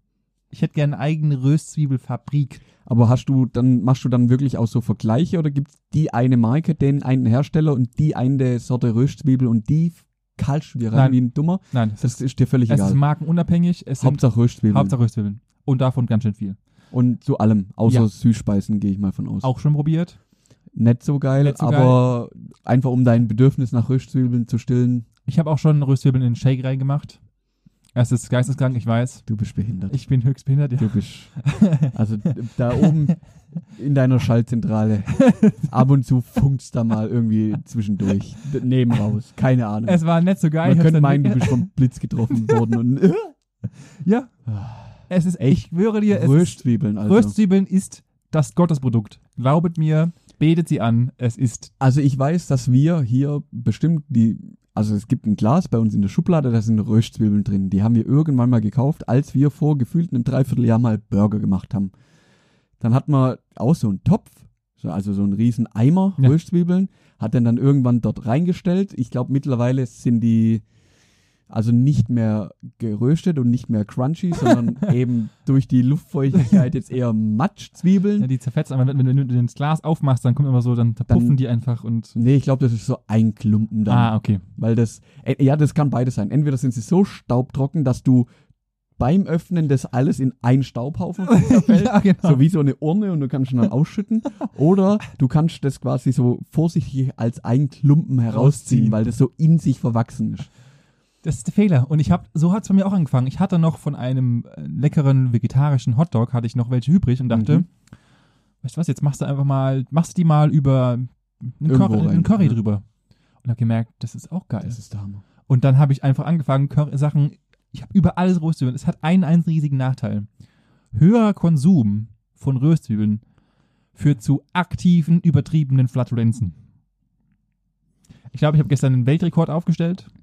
Ich hätte gerne eine eigene Röstzwiebelfabrik. Aber hast du dann, machst du dann wirklich auch so Vergleiche oder gibt es die eine Marke, den einen Hersteller und die eine Sorte Röstzwiebel und die kaltst du dir rein Nein. wie ein Dummer? Nein, es, Das ist dir völlig ist, es ist egal. markenunabhängig. Es sind Hauptsache Röstzwiebeln. Hauptsache Röstzwiebeln. Und davon ganz schön viel. Und zu allem, außer Ja. Süßspeisen gehe ich mal von aus. Auch schon probiert. Nicht so geil, Nicht so aber einfach um dein Bedürfnis nach Röstzwiebeln zu stillen, Ich habe auch schon Röstzwiebeln in den Shake reingemacht. Es ist geisteskrank, ich weiß. du bist behindert. Ich bin höchst behindert. Ja. Du bist. Also da oben in deiner Schaltzentrale. Ab und zu funkt's da mal irgendwie zwischendurch. D- Neben raus. Keine Ahnung. Es war nicht so geil. Man ich hab's könnte dann- meinen, du bist vom Blitz getroffen worden. Und Ja. Es ist, ich Echt? schwöre dir, es ist, Röstzwiebeln, also. Röstzwiebeln ist das Gottesprodukt. Glaubet mir, betet sie an. Es ist. also ich weiß, dass wir hier bestimmt die, also es gibt ein Glas bei uns in der Schublade, da sind Röstzwiebeln drin. Die haben wir irgendwann mal gekauft, als wir vor gefühlt einem Dreivierteljahr mal Burger gemacht haben. Dann hat man auch so einen Topf, so- also so einen riesen Eimer Ja. Röstzwiebeln, hat den dann irgendwann dort reingestellt. Ich glaube mittlerweile sind die also nicht mehr geröstet und nicht mehr crunchy, sondern eben durch die Luftfeuchtigkeit jetzt eher Matschzwiebeln. Ja, die zerfetzt einfach, wenn du das Glas aufmachst, dann kommt immer so, dann puffen die einfach und. Nee, ich glaube, das ist so ein Klumpen dann. Ah, okay. Weil das, äh, ja, das kann beides sein. Entweder sind sie so staubtrocken, dass du beim Öffnen das alles in einen Staubhaufen zerfällt, Ja, genau. so wie so eine Urne und du kannst schon dann ausschütten. Oder du kannst das quasi so vorsichtig als einen Klumpen herausziehen, Rausziehen. weil das so in sich verwachsen ist. Das ist der Fehler. Und ich habe, so hat es bei mir auch angefangen. Ich hatte noch von einem äh, leckeren vegetarischen Hotdog, hatte ich noch welche übrig und dachte, Mhm. weißt du was, jetzt machst du einfach mal, machst die mal über einen Irgendwo Curry, rein, einen Curry ja. drüber. Und habe gemerkt, das ist auch geil. Das ist der Hammer. Und dann habe ich einfach angefangen, Curry Sachen, ich habe über alles Röstzwiebeln. Es hat einen einzigen riesigen Nachteil. Höherer Konsum von Röstzwiebeln führt zu aktiven, übertriebenen Flatulenzen. Ich glaube, ich habe gestern einen Weltrekord aufgestellt.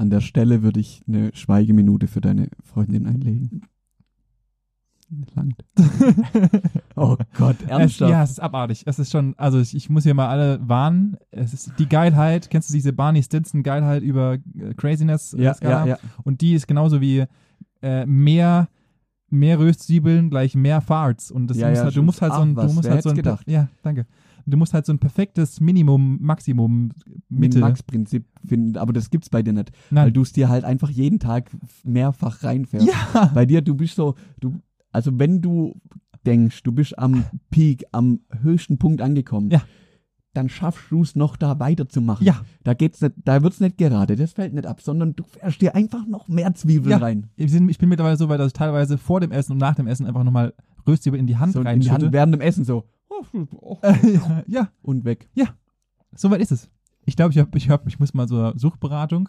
An der Stelle würde ich eine Schweigeminute für deine Freundin einlegen. Langt. oh Gott, Es, ernsthaft? ja, es ist abartig. Es ist schon, also ich, ich muss hier mal alle warnen. Es ist die Geilheit, kennst du diese Barney Stinson Geilheit über äh, Craziness? äh, ja, Skala? ja, ja. Und die ist genauso wie äh, mehr, mehr Röstzwiebeln gleich mehr Farts. Und das Ja, muss ja, halt, du schon. musst halt so Ach ein, was, du musst wer halt so ein, hätt's gedacht? ja, danke. Du musst halt so ein perfektes Minimum, Maximum, mit Mitte. Max-Prinzip finden, aber das gibt's bei dir nicht, weil Nein. du es dir halt einfach jeden Tag mehrfach reinfährst. ja. Bei dir, du bist so, du, also wenn du denkst, du bist am Peak, am höchsten Punkt angekommen, Ja. dann schaffst du es noch da weiterzumachen. Ja, Da geht's nicht, da wird's nicht gerade, das fällt nicht ab, sondern du fährst dir einfach noch mehr Zwiebeln Ja. rein. ich bin ich bin mittlerweile so weit, dass ich teilweise vor dem Essen und nach dem Essen einfach nochmal Röstzwiebeln in die Hand So in die Hand reinschütte. während dem Essen so ja, und weg. Soweit ist es. Ich glaube, ich, hab, ich, hab, ich muss mal zur Suchtberatung.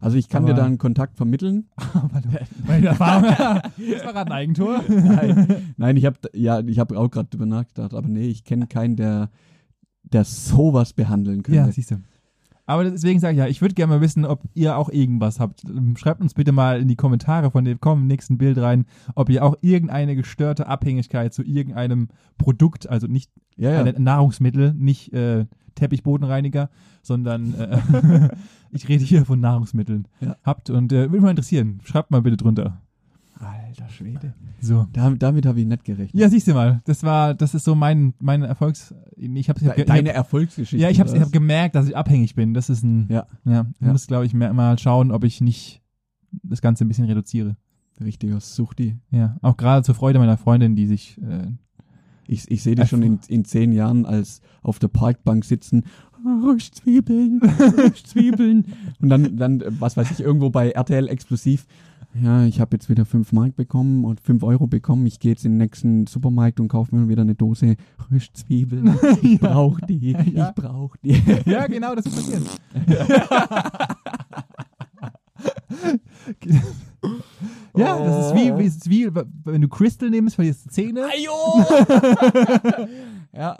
Also ich kann dir Aber- da einen Kontakt vermitteln, meine, meine Erfahrung. das war gerade ein Eigentor. Nein, nein ich habe ja, ich habe auch gerade drüber nachgedacht, aber nee, ich kenne keinen, der, der sowas behandeln könnte. siehst du. Aber deswegen sage ich ja, ich würde gerne mal wissen, ob ihr auch irgendwas habt. Ähm, Schreibt uns bitte mal in die Kommentare von dem kommenden nächsten Bild rein, ob ihr auch irgendeine gestörte Abhängigkeit zu irgendeinem Produkt, also nicht Ja, ja. eine Nahrungsmittel, nicht äh, Teppichbodenreiniger, sondern äh, ich rede hier von Nahrungsmitteln Ja. habt. Und äh, würde mich mal interessieren. Schreibt mal bitte drunter. Alter Schwede. So. Damit, damit habe ich nicht gerechnet. Ja, siehst du mal, das war, das ist so mein, mein Erfolgs. Ich habe ich hab, De ge- Deine Erfolgsgeschichte. Ja, ich habe oder ich hab gemerkt, dass ich abhängig bin. Das ist ein. Ja. Ja, ich Ja. muss, glaube ich, mehr, mal schauen, ob ich nicht das Ganze ein bisschen reduziere. was? Richtiger Suchti. Ja, auch gerade zur Freude meiner Freundin, die sich. Äh, Ich, ich sehe dich Also- schon in, in zehn Jahren als auf der Parkbank sitzen. Rösch Zwiebeln, rösch Zwiebeln. Und dann, dann, äh, was weiß ich, irgendwo bei RTL Explosiv. Ja, ich habe jetzt wieder fünf Mark bekommen und fünf Euro bekommen. Ich gehe jetzt in den nächsten Supermarkt und kaufe mir wieder eine Dose rösch Zwiebeln. Ich brauche die, Ja. ich brauche die. ja, genau, das wird passieren. ja, das ist wie, wie, ist wie, wenn du Crystal nimmst, verlierst du Zähne. Ajo! ja.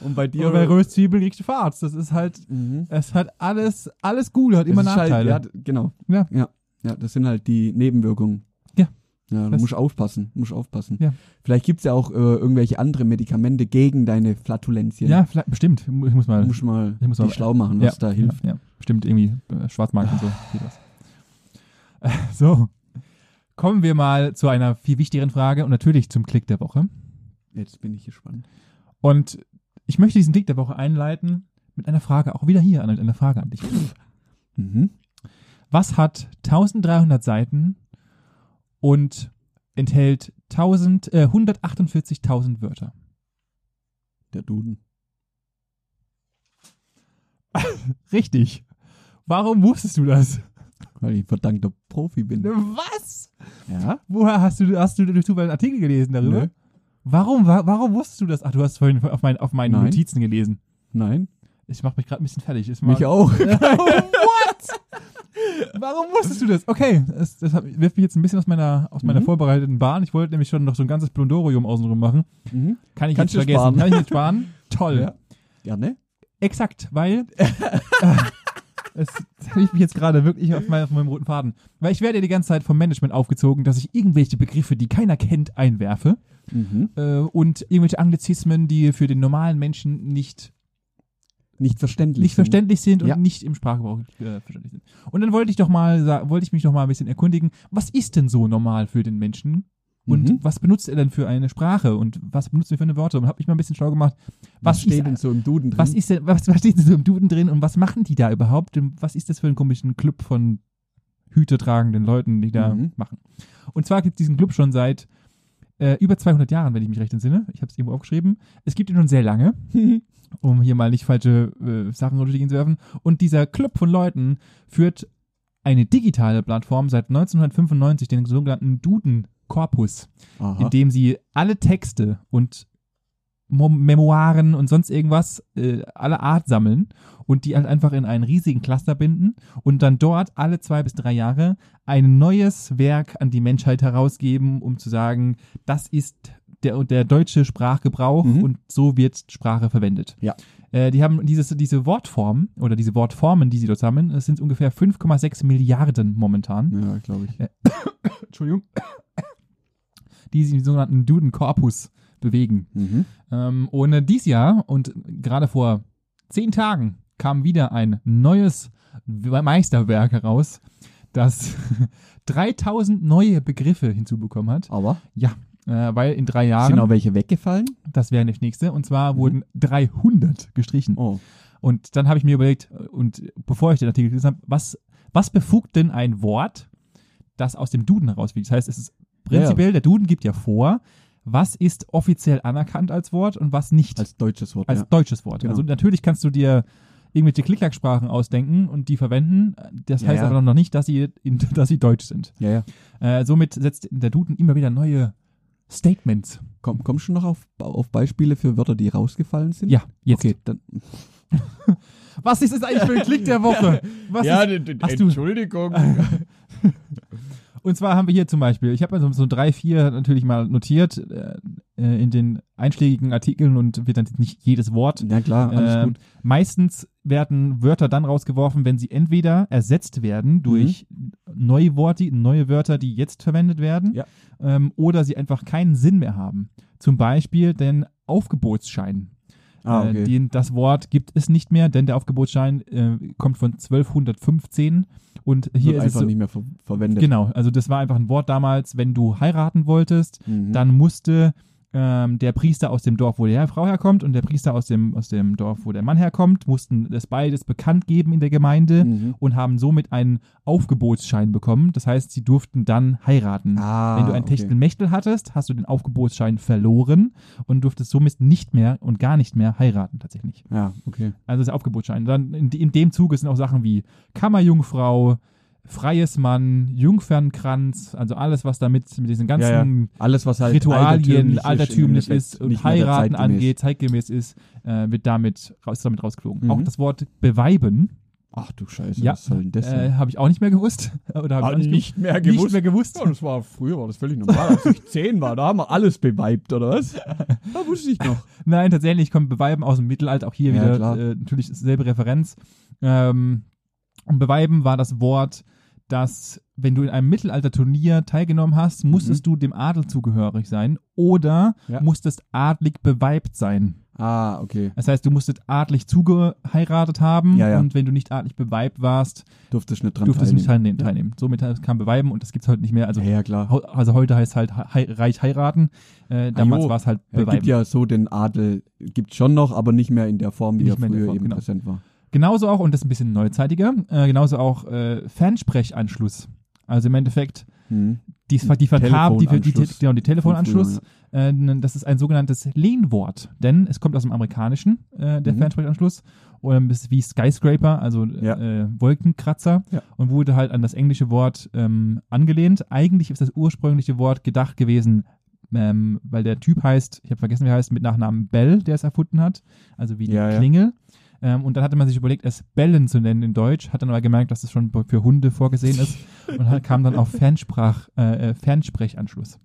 Und bei dir. Und bei Röstzwiebeln kriegst du Farz. Das ist halt, Mhm. es hat alles, alles gut, hat Das immer ist halt- Nachteile. ja, genau. Ja. ja. Ja, das sind halt die Nebenwirkungen. Ja. Ja, du Das- musst aufpassen, musst aufpassen. Ja. Vielleicht gibt's ja auch äh, irgendwelche andere Medikamente gegen deine Flatulenzien. Ja, vielleicht, bestimmt. Ich muss Du mal. musst mal Ich muss dich mal- schlau machen, was da hilft. Ja, ja. Bestimmt irgendwie äh, Schwarzmarkt und so. Geht das. Äh, so. Kommen wir mal zu einer viel wichtigeren Frage und natürlich zum Klick der Woche. Jetzt bin ich gespannt. Und ich möchte diesen Klick der Woche einleiten mit einer Frage, auch wieder hier an einer Frage an dich. Mhm. Was hat 1300 Seiten und enthält 1000, äh, 148.000 Wörter? Der Duden. Richtig. Warum wusstest du das? Weil ich ein verdammter Profi bin. Was? Ja? Woher hast du, hast du durch Zufall einen Artikel gelesen darüber? Nö. Warum, wa warum wusstest du das? Ach, du hast vorhin auf, mein, auf meinen Nein. Notizen gelesen. Nein? Ich mach mich gerade ein bisschen fertig. Ist mal- Mich auch. Warum wusstest du das? Okay, das, das hat, wirft mich jetzt ein bisschen aus meiner, aus meiner Mhm. vorbereiteten Bahn. Ich wollte nämlich schon noch so ein ganzes Blondorium außenrum machen. mhm. Kann ich Kannst jetzt du vergessen. sparen. Kann ich jetzt sparen? Toll. Ja. Ja, ne? Exakt, weil. äh, Es ich mich jetzt gerade wirklich auf, mein, auf meinem roten Faden. Weil ich werde die ganze Zeit vom Management aufgezogen, dass ich irgendwelche Begriffe, die keiner kennt, einwerfe. Mhm. äh, und irgendwelche Anglizismen, die für den normalen Menschen nicht, Nicht verständlich. nicht verständlich sind und Mhm. Ja. nicht im Sprachgebrauch äh, verständlich sind. Und dann wollte ich doch mal sa- wollte ich mich doch mal ein bisschen erkundigen, was ist denn so normal für den Menschen? Und Mhm. was benutzt er denn für eine Sprache und was benutzt er für eine Wörter? Und habe mich mal ein bisschen schlau gemacht, was, Was steht denn ist, so im Duden drin? was ist denn, was, was steht denn so im Duden drin und was machen die da überhaupt? Und was ist das für ein komischen Club von Hüte tragenden Leuten, die da Mhm. machen? Und zwar gibt es diesen Club schon seit äh, über 200 Jahren, wenn ich mich recht entsinne. Ich habe es irgendwo aufgeschrieben. Es gibt ihn schon sehr lange, um hier mal nicht falsche äh, Sachen runtergehen zu werfen. Und dieser Club von Leuten führt eine digitale Plattform seit 1995, den sogenannten Duden-Korpus, Aha. in dem sie alle Texte und Mo Memoiren und sonst irgendwas äh, aller Art sammeln und die halt einfach in einen riesigen Cluster binden und dann dort alle zwei bis drei Jahre ein neues Werk an die Menschheit herausgeben, um zu sagen, das ist der, der deutsche Sprachgebrauch Mhm. und so wird Sprache verwendet. Ja. Äh, die haben dieses, diese Wortform oder diese Wortformen, die sie dort sammeln, es sind ungefähr 5,6 Milliarden momentan. Ja, glaube ich. Entschuldigung, die sich im sogenannten Duden-Korpus bewegen. Mhm. Ähm, ohne dies Jahr und gerade vor zehn Tagen kam wieder ein neues Meisterwerk heraus, das 3000 neue Begriffe hinzubekommen hat. Aber Ja, äh, weil in drei sind auch Jahren, welche weggefallen? das wäre das nächste, und zwar Genau. Mhm. wurden 300 gestrichen. Oh. Und dann habe ich mir überlegt, und bevor ich den Artikel gelesen habe, was, was befugt denn ein Wort, das aus dem Duden herausfliegt? Das heißt, es ist prinzipiell, der Duden gibt ja vor, was ist offiziell anerkannt als Wort und was nicht als, Als deutsches Wort. ja. deutsches Wort. Genau. Also natürlich kannst du dir irgendwelche Klicklacksprachen ausdenken und die verwenden. Das Ja, heißt ja. aber noch nicht, dass sie, in, dass sie deutsch sind. ja, ja. Äh, somit setzt der Duden immer wieder neue Statements. Komm, kommst du noch auf, auf Beispiele für Wörter, die rausgefallen sind? Ja, jetzt. Genau. Okay, dann. Was ist das eigentlich für ein Klick der Woche? Was ist hast du- Entschuldigung. Und zwar haben wir hier zum Beispiel, ich habe also so drei, vier natürlich mal notiert, äh, äh, in den einschlägigen Artikeln und wird dann nicht jedes Wort. Ja klar, alles Ähm, gut. meistens werden Wörter dann rausgeworfen, wenn sie entweder ersetzt werden durch neue, Worte, neue Wörter, die jetzt verwendet werden, Mhm. Ja. ähm, oder sie einfach keinen Sinn mehr haben. Zum Beispiel den Aufgebotsschein. Ah, Äh, okay. den, das Wort gibt es nicht mehr, denn der Aufgebotsschein äh, kommt von 1215 und hier Wird ist es einfach so, nicht mehr ver verwendet. genau, also das war einfach ein Wort damals, wenn du heiraten wolltest, Mhm. dann musste ähm, der Priester aus dem Dorf, wo die Frau herkommt, und der Priester aus dem, aus dem Dorf, wo der Mann herkommt, mussten das beides bekannt geben in der Gemeinde Mhm. und haben somit einen Aufgebotsschein bekommen. Das heißt, sie durften dann heiraten. Ah, Wenn du ein okay. Techtelmechtel hattest, hast du den Aufgebotsschein verloren und durftest somit nicht mehr und gar nicht mehr heiraten tatsächlich. Ja, okay. Also das ist der Aufgebotsschein. Dann in, in dem Zuge sind auch Sachen wie Kammerjungfrau, freies Mann, Jungfernkranz, also alles, was damit mit diesen ganzen Ja, ja. Alles, was halt Ritualien ist, altertümlich im ist Endeffekt und nicht mehr der heiraten zeitgemäß. angeht, zeitgemäß ist, äh, wird damit, raus- ist damit rausgeflogen. Mhm. Auch das Wort beweiben Ach du Scheiße, Ja, was soll denn das äh, sein? habe ich auch nicht mehr gewusst. Oder habe ich auch nicht, gewusst. mehr nicht mehr gewusst. Ja, das war früher war das völlig normal, als ich zehn war, da haben wir alles beweibt, oder was? Da wusste ich noch. Nein, tatsächlich kommt Beweiben aus dem Mittelalter auch hier Ja, wieder. klar. Äh, natürlich ist selbe Referenz. Ähm, und Beweiben war das Wort, das, wenn du in einem Mittelalterturnier teilgenommen hast, musstest du dem Adel zugehörig sein oder Mhm. Ja. musstest adlig beweibt sein. Ah, okay. Das heißt, du musstest adlig zugeheiratet haben Ja, ja. und wenn du nicht adlig beweibt warst, Durftest nicht dran durftest du nicht teilnehmen. teilnehmen. teilnehmen. Somit kam Beweiben und das gibt es heute nicht mehr. Also, Ja, ja, klar. hau- also heute heißt halt hei reich heiraten. Äh, damals Ah, jo. war es halt Es Beweiben. gibt ja so den Adel, gibt schon noch, aber nicht mehr in der Form, wie Nicht er mehr in der früher Form, eben genau. präsent war. Genauso auch, und das ist ein bisschen neuzeitiger, äh, genauso auch äh, Fernsprechanschluss. Also im Endeffekt, Mhm. die, die Verkab, die, die, die, Telefonanschluss. genau, die Telefonanschluss, äh, das ist ein sogenanntes Lehnwort, denn es kommt aus dem Amerikanischen, äh, der Mhm. Fernsprechanschluss, ähm, ist wie Skyscraper, also Ja. äh, Wolkenkratzer, Ja. und wurde halt an das englische Wort ähm, angelehnt. Eigentlich ist das ursprüngliche Wort gedacht gewesen, ähm, weil der Typ heißt, ich habe vergessen, wie er heißt, mit Nachnamen Bell, der es erfunden hat, also wie die Ja, ja. Klingel. Ähm, und dann hatte man sich überlegt, es Bellen zu nennen in Deutsch, hat dann aber gemerkt, dass es schon für Hunde vorgesehen ist und hat, kam dann auf Fernsprach, äh, äh, Fernsprechanschluss.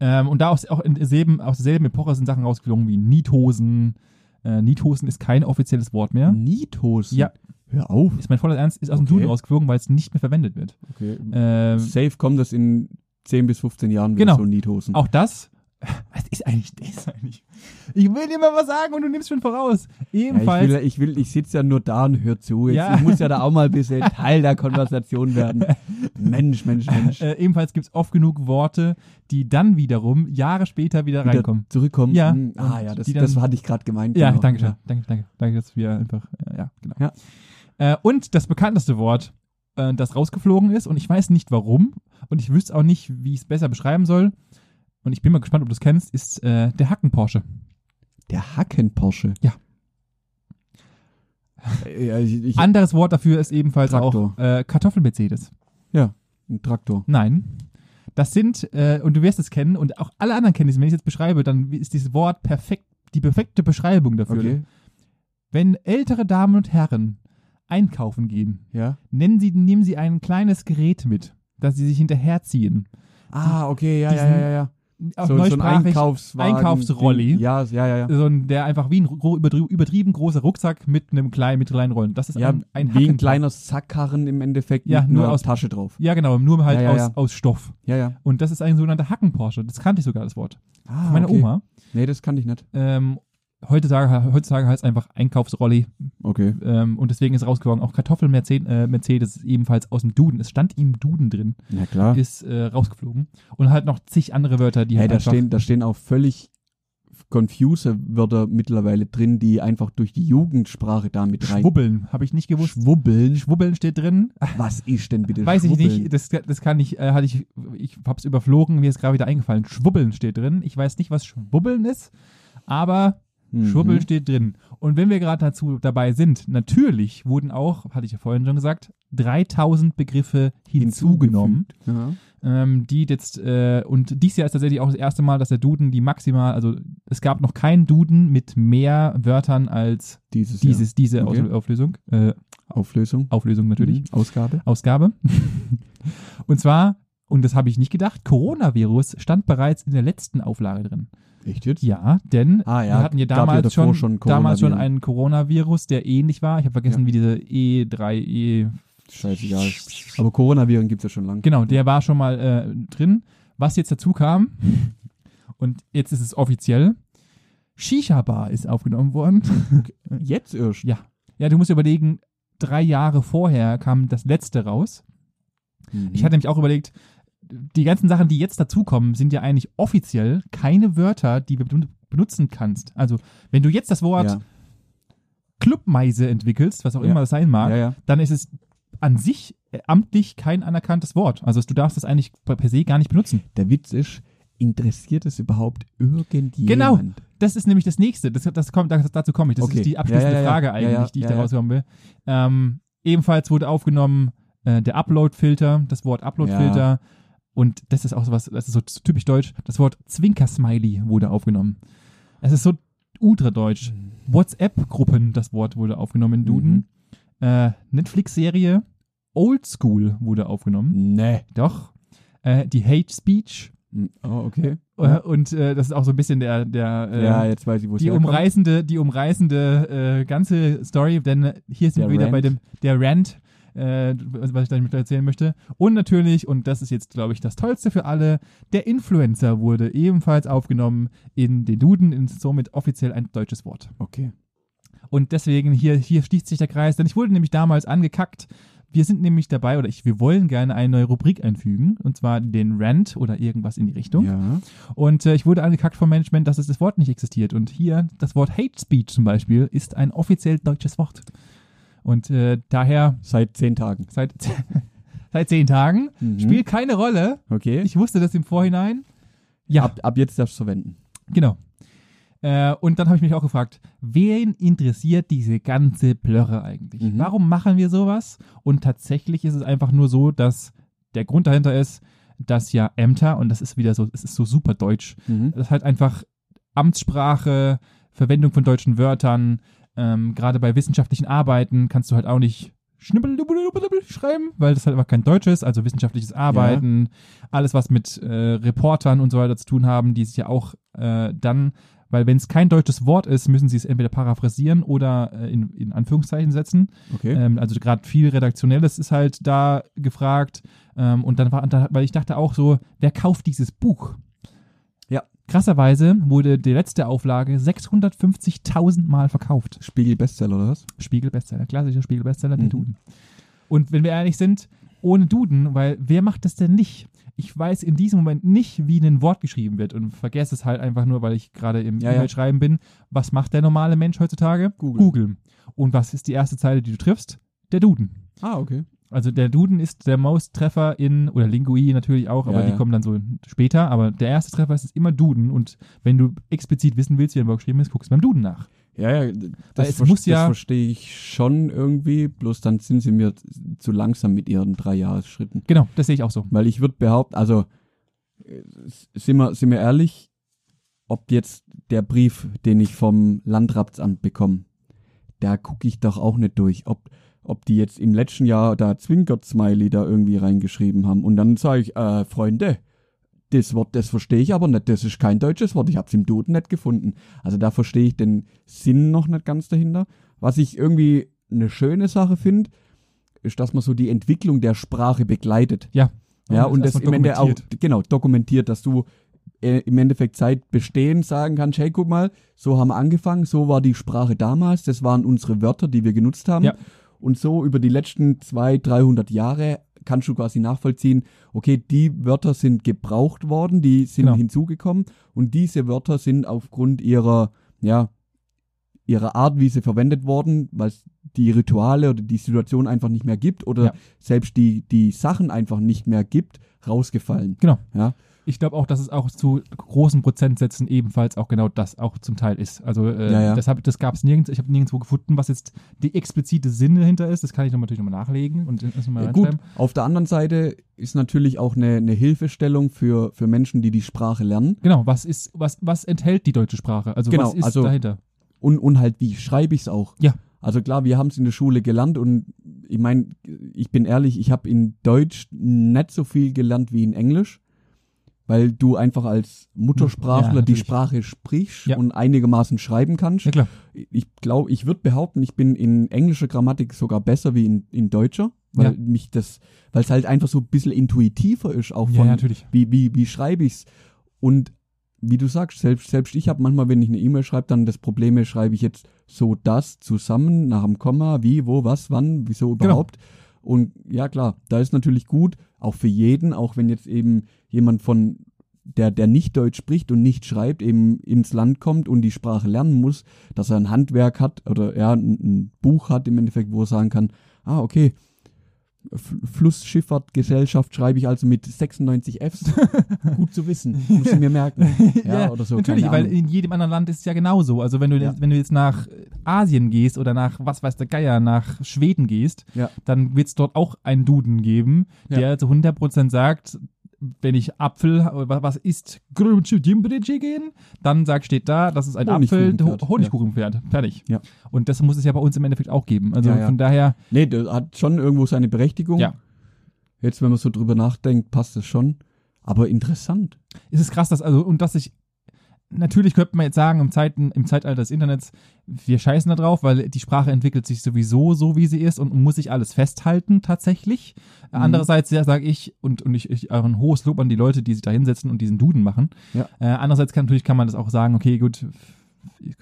Ähm, und da aus, auch in derselben, aus derselben Epoche sind Sachen rausgeflogen wie Niethosen. Äh, Niethosen ist kein offizielles Wort mehr. Niethosen? Ja. Hör auf. Ist mein voller Ernst, ist aus Mhm. Okay. dem Duden rausgeflogen, weil es nicht mehr verwendet wird. Okay. Ähm, Safe kommt das in 10 bis 15 Jahren wieder Genau. so Niethosen. auch das. Was ist eigentlich das eigentlich? Ich will dir mal was sagen und du nimmst schon voraus. ja, Ebenfalls. ich will, ich, will, ich sitze ja nur da und hör zu. Jetzt, Ja. Ich muss ja da auch mal ein bisschen Teil der Konversation werden. Mensch, Mensch, Mensch. äh, ebenfalls gibt es oft genug Worte, die dann wiederum Jahre später wieder, Wieder reinkommen. Zurückkommen. Ja. Hm, Ah Und ja, das, die dann- das hatte ich gerade gemeint. Ja, genau. danke schön. Danke, danke. Danke, dass wir einfach, äh, ja, genau. Ja. Äh, und das bekannteste Wort, äh, das rausgeflogen ist, und ich weiß nicht warum, und ich wüsste auch nicht, wie ich es besser beschreiben soll, und ich bin mal gespannt, ob du es kennst, ist äh, der Hacken-Porsche. Der Hacken-Porsche. Ja. Äh, ja, ich, ich, Anderes Wort dafür ist ebenfalls Traktor. auch äh, Kartoffel-Mercedes. ein Traktor. Nein. Das sind, äh, und du wirst es kennen, und auch alle anderen kennen es, wenn ich es jetzt beschreibe, dann ist dieses Wort perfekt, die perfekte Beschreibung dafür. Okay. Wenn ältere Damen und Herren einkaufen gehen, Ja. nennen sie, nehmen sie ein kleines Gerät mit, das sie sich hinterherziehen. Ah, okay, ja, diesen- ja, ja, ja. Auch So, so ein neusprachig, Einkaufswagen. Einkaufsrolli. Ja, ja, ja. ja. so ein, der einfach wie ein gro- überdri übertrieben großer Rucksack mit einem kleinen, mit kleinen Rollen. Das ist Ja, ein, ein wie Hacken- ein kleiner Sackkarren im Endeffekt, Ja, mit nur einer aus- Tasche drauf. Ja, genau, nur halt Ja, ja, aus, ja. aus Stoff. Ja, ja. Und das ist ein sogenannter Hacken-Porsche. Das kannte ich sogar, das Wort. Ah, Von meiner okay. Oma. Nee, das kann ich nicht. Ähm, heutzutage, heutzutage heißt es einfach Einkaufsrolli. Okay. Ähm, und deswegen ist rausgegangen. Auch Kartoffel-Mercedes äh, Mercedes ist ebenfalls aus dem Duden. Es stand im Duden drin. Na klar. Ist äh, rausgeflogen. Und halt noch zig andere Wörter, die Hey, halt da einfach stehen, da stehen auch völlig confuse Wörter mittlerweile drin, die einfach durch die Jugendsprache da mit rein. schwubbeln. Habe ich nicht gewusst. Schwubbeln. Schwubbeln steht drin. Was ist denn bitte Weiß ich Schwubbeln? nicht, das, das kann ich, äh, hatte ich, ich hab's überflogen, mir ist gerade wieder eingefallen. Schwubbeln steht drin. Ich weiß nicht, was Schwubbeln ist, aber Mhm. Schwubbeln steht drin. Und wenn wir gerade dazu dabei sind, natürlich wurden auch, hatte ich ja vorhin schon gesagt, 3000 Begriffe hinzugenommen, Hinzugefügt. Ja. ähm, die jetzt, äh, und dies Jahr ist tatsächlich auch das erste Mal, dass der Duden die maximal, also es gab noch keinen Duden mit mehr Wörtern als Dieses dieses, diese Okay. Aus- Auflösung, äh, Jahr. Auflösung. Auflösung natürlich. Mhm. Ausgabe. Ausgabe. Und zwar und das habe ich nicht gedacht, Coronavirus stand bereits in der letzten Auflage drin. Echt jetzt? Ja, denn Ah, ja, wir hatten ja gab ja damals, davor schon, schon damals schon Coronaviren. einen Coronavirus, der ähnlich war. Ich habe vergessen, Ja. wie diese E3, E. Scheißegal. Aber Coronaviren gibt es ja schon lange. Genau, der war schon mal äh, drin. Was jetzt dazu kam, und jetzt ist es offiziell: Shisha-Bar ist aufgenommen worden. Jetzt erst. Ja. Ja, du musst überlegen, drei Jahre vorher kam das letzte raus. Mhm. Ich hatte nämlich auch überlegt, die ganzen Sachen, die jetzt dazukommen, sind ja eigentlich offiziell keine Wörter, die du ben- benutzen kannst. Also, wenn du jetzt das Wort ja. Clubmeise entwickelst, was auch Ja. immer das sein mag, ja, ja. dann ist es an sich äh, amtlich kein anerkanntes Wort. Also, du darfst das eigentlich per per se gar nicht benutzen. Der Witz ist, interessiert es überhaupt irgendjemand? Genau. Das ist nämlich das nächste. Das, das kommt, das, dazu komme ich. Das Okay. ist die abschließende Ja, ja, ja. Frage Ja, eigentlich, ja, die ich ja, da ja. raushauen will. Ähm, ebenfalls wurde aufgenommen äh, der Upload-Filter, das Wort Upload-Filter. Und das ist auch sowas, das ist so typisch deutsch. Das Wort Zwinker-Smiley wurde aufgenommen. Es ist so ultradeutsch. Mhm. WhatsApp-Gruppen, das Wort wurde aufgenommen in Duden. Mhm. Äh, Netflix-Serie Old School wurde aufgenommen. Nee. Doch. Äh, die Hate Speech. Mhm. Oh, okay. Äh, und äh, das ist auch so ein bisschen der, der äh, ja, jetzt weiß ich, wo es die herkommt. umreißende, die umreißende äh, ganze Story, denn hier sind Der wir wieder bei Rant. dem der Rant, äh, was was ich damit erzählen möchte. Und natürlich, und das ist jetzt, glaube ich, das Tollste für alle, der Influencer wurde ebenfalls aufgenommen in den Duden, ist somit offiziell ein deutsches Wort. Okay. Und deswegen hier, hier schließt sich der Kreis, denn ich wurde nämlich damals angekackt. Wir sind nämlich dabei, oder ich, wir wollen gerne eine neue Rubrik einfügen, und zwar den Rant oder irgendwas in die Richtung. Ja. Und äh, ich wurde angekackt vom Management, dass es das Wort nicht existiert. Und hier, das Wort Hate Speech zum Beispiel, ist ein offiziell deutsches Wort. Und äh, daher Seit zehn Tagen. seit, seit zehn Tagen Mhm. spielt keine Rolle. Okay. Ich wusste das im Vorhinein. Ja, Ab, ab jetzt darfst du verwenden. genau. Äh, und dann habe ich mich auch gefragt, wen interessiert diese ganze Blöre eigentlich? Mhm. Warum machen wir sowas? Und tatsächlich ist es einfach nur so, dass der Grund dahinter ist, dass ja Ämter, und das ist wieder so, es ist so super deutsch, Mhm. das ist halt einfach Amtssprache, Verwendung von deutschen Wörtern, ähm, gerade bei wissenschaftlichen Arbeiten kannst du halt auch nicht schnippeldubbeldubbeldubbel schreiben, weil das halt einfach kein Deutsch ist, also wissenschaftliches Arbeiten, alles was mit äh, Reportern und so weiter zu tun haben, die sich ja auch äh, dann, weil wenn es kein deutsches Wort ist, müssen sie es entweder paraphrasieren oder äh, in, in Anführungszeichen setzen. Okay. Ähm, also gerade viel Redaktionelles ist halt da gefragt. Ähm, und dann war, dann, weil ich dachte auch so, wer kauft dieses Buch? Ja. Krasserweise wurde die letzte Auflage 650.000 Mal verkauft. Spiegel Bestseller oder was? Spiegel-Bestseller, klassischer Spiegel-Bestseller, der Mhm. Duden. Und wenn wir ehrlich sind, ohne Duden, weil wer macht das denn nicht? Ich weiß in diesem Moment nicht, wie ein Wort geschrieben wird und vergesse es halt einfach nur, weil ich gerade im Ja, ja. E-Mail schreiben bin. Was macht der normale Mensch heutzutage? Google. Google. Und was ist die erste Zeile, die du triffst? Der Duden. Ah, okay. Also der Duden ist der Maustreffer in, oder Lingui natürlich auch, aber Ja, die ja. kommen dann so später. Aber der erste Treffer ist immer Duden und wenn du explizit wissen willst, wie ein Wort geschrieben ist, guckst du beim Duden nach. Ja, ja, das, es ver- muss ja- das verstehe ich schon irgendwie, bloß dann sind sie mir zu langsam mit ihren drei Jahresschritten. Genau, das sehe ich auch so. Weil ich würde behaupten, also äh, s- sind wir, sind wir ehrlich, ob jetzt der Brief, den ich vom Landratsamt bekomme, da gucke ich doch auch nicht durch, ob, ob die jetzt im letzten Jahr da Zwinkert-Smiley da irgendwie reingeschrieben haben. Und dann sage ich, äh, Freunde, das Wort, das verstehe ich aber nicht, das ist kein deutsches Wort, ich habe es im Duden nicht gefunden. Also da verstehe ich den Sinn noch nicht ganz dahinter. Was ich irgendwie eine schöne Sache finde, ist, dass man so die Entwicklung der Sprache begleitet. Ja. Ja, und das im erstmal Ende auch, dokumentiert. genau, dokumentiert, dass du äh, im Endeffekt seit Bestehen sagen kannst, hey, guck mal, so haben wir angefangen, so war die Sprache damals, das waren unsere Wörter, die wir genutzt haben. Ja. Und so über die letzten 200, 300 Jahre kannst du quasi nachvollziehen, okay, die Wörter sind gebraucht worden, die sind Genau. hinzugekommen und diese Wörter sind aufgrund ihrer, ja, ihrer Art, wie sie verwendet worden, weil es die Rituale oder die Situation einfach nicht mehr gibt oder Ja. selbst die, die Sachen einfach nicht mehr gibt, rausgefallen. Genau. Ja. Ich glaube auch, dass es auch zu großen Prozentsätzen ebenfalls auch genau das auch zum Teil ist. Also äh, Ja, ja. das, hab- das gab es nirgends, ich habe nirgendwo gefunden, was jetzt die explizite Sinn dahinter ist. Das kann ich noch, natürlich nochmal nachlegen und das noch mal Ja, gut, reinschreiben. auf der anderen Seite ist natürlich auch eine, eine Hilfestellung für, für Menschen, die die Sprache lernen Genau, was ist, was, was enthält die deutsche Sprache? Also Genau, was ist also- dahinter? und, und halt, wie schreibe ich es auch. Ja. Also klar, wir haben es in der Schule gelernt und ich meine, ich bin ehrlich, ich habe in Deutsch nicht so viel gelernt wie in Englisch, weil du einfach als Ja, Muttersprachler die natürlich. Sprache sprichst Ja. und einigermaßen schreiben kannst. Ja, klar. Ich glaube, ich würde behaupten, ich bin in englischer Grammatik sogar besser wie in, in deutscher, weil Ja. mich das, weil es halt einfach so ein bisschen intuitiver ist, auch Ja, von, ja, natürlich. wie, wie, wie schreibe ich's? Und wie du sagst, selbst, selbst ich habe manchmal, wenn ich eine E-Mail schreibe, dann das Problem, ist, schreibe ich jetzt so das zusammen, nach dem Komma, wie, wo, was, wann, wieso überhaupt. Und ja, klar, da ist natürlich gut, auch für jeden, auch wenn jetzt eben jemand von, der, der nicht Deutsch spricht und nicht schreibt, eben ins Land kommt und die Sprache lernen muss, dass er ein Handwerk hat oder ja, ein, ein Buch hat im Endeffekt, wo er sagen kann, ah, okay, F Flussschifffahrtgesellschaft schreibe ich also mit 96 Fs. Gut zu wissen, muss ich mir merken. Ja, oder so. natürlich, keine weil Ahnung. in jedem anderen Land ist es ja genauso. Also wenn du, Ja. wenn du jetzt nach Asien gehst oder nach, was weiß der Geier, nach Schweden gehst, Ja. dann wird es dort auch einen Duden geben, Ja. der zu 100% sagt, wenn ich Apfel, wa- was ist gehen, dann sagt, steht da, das ist ein Apfel, Honigkuchenpferd. Ho- Honigkuchenpferd, fertig. Ja. Und das muss es ja bei uns im Endeffekt auch geben. Also Ja, ja. von daher, Nee, das hat schon irgendwo seine Berechtigung. Ja. Jetzt, wenn man so drüber nachdenkt, passt das schon. Aber interessant. Es ist krass, dass, also, und dass ich, natürlich könnte man jetzt sagen, im, Zeiten, im Zeitalter des Internets, wir scheißen da drauf, weil die Sprache entwickelt sich sowieso so, wie sie ist und muss sich alles festhalten, tatsächlich. Mhm. Andererseits ja, sage ich, und, und ich, ich, auch ein hohes Lob an die Leute, die sich da hinsetzen und diesen Duden machen. Ja. Äh, andererseits kann, natürlich kann man das auch sagen, okay, gut,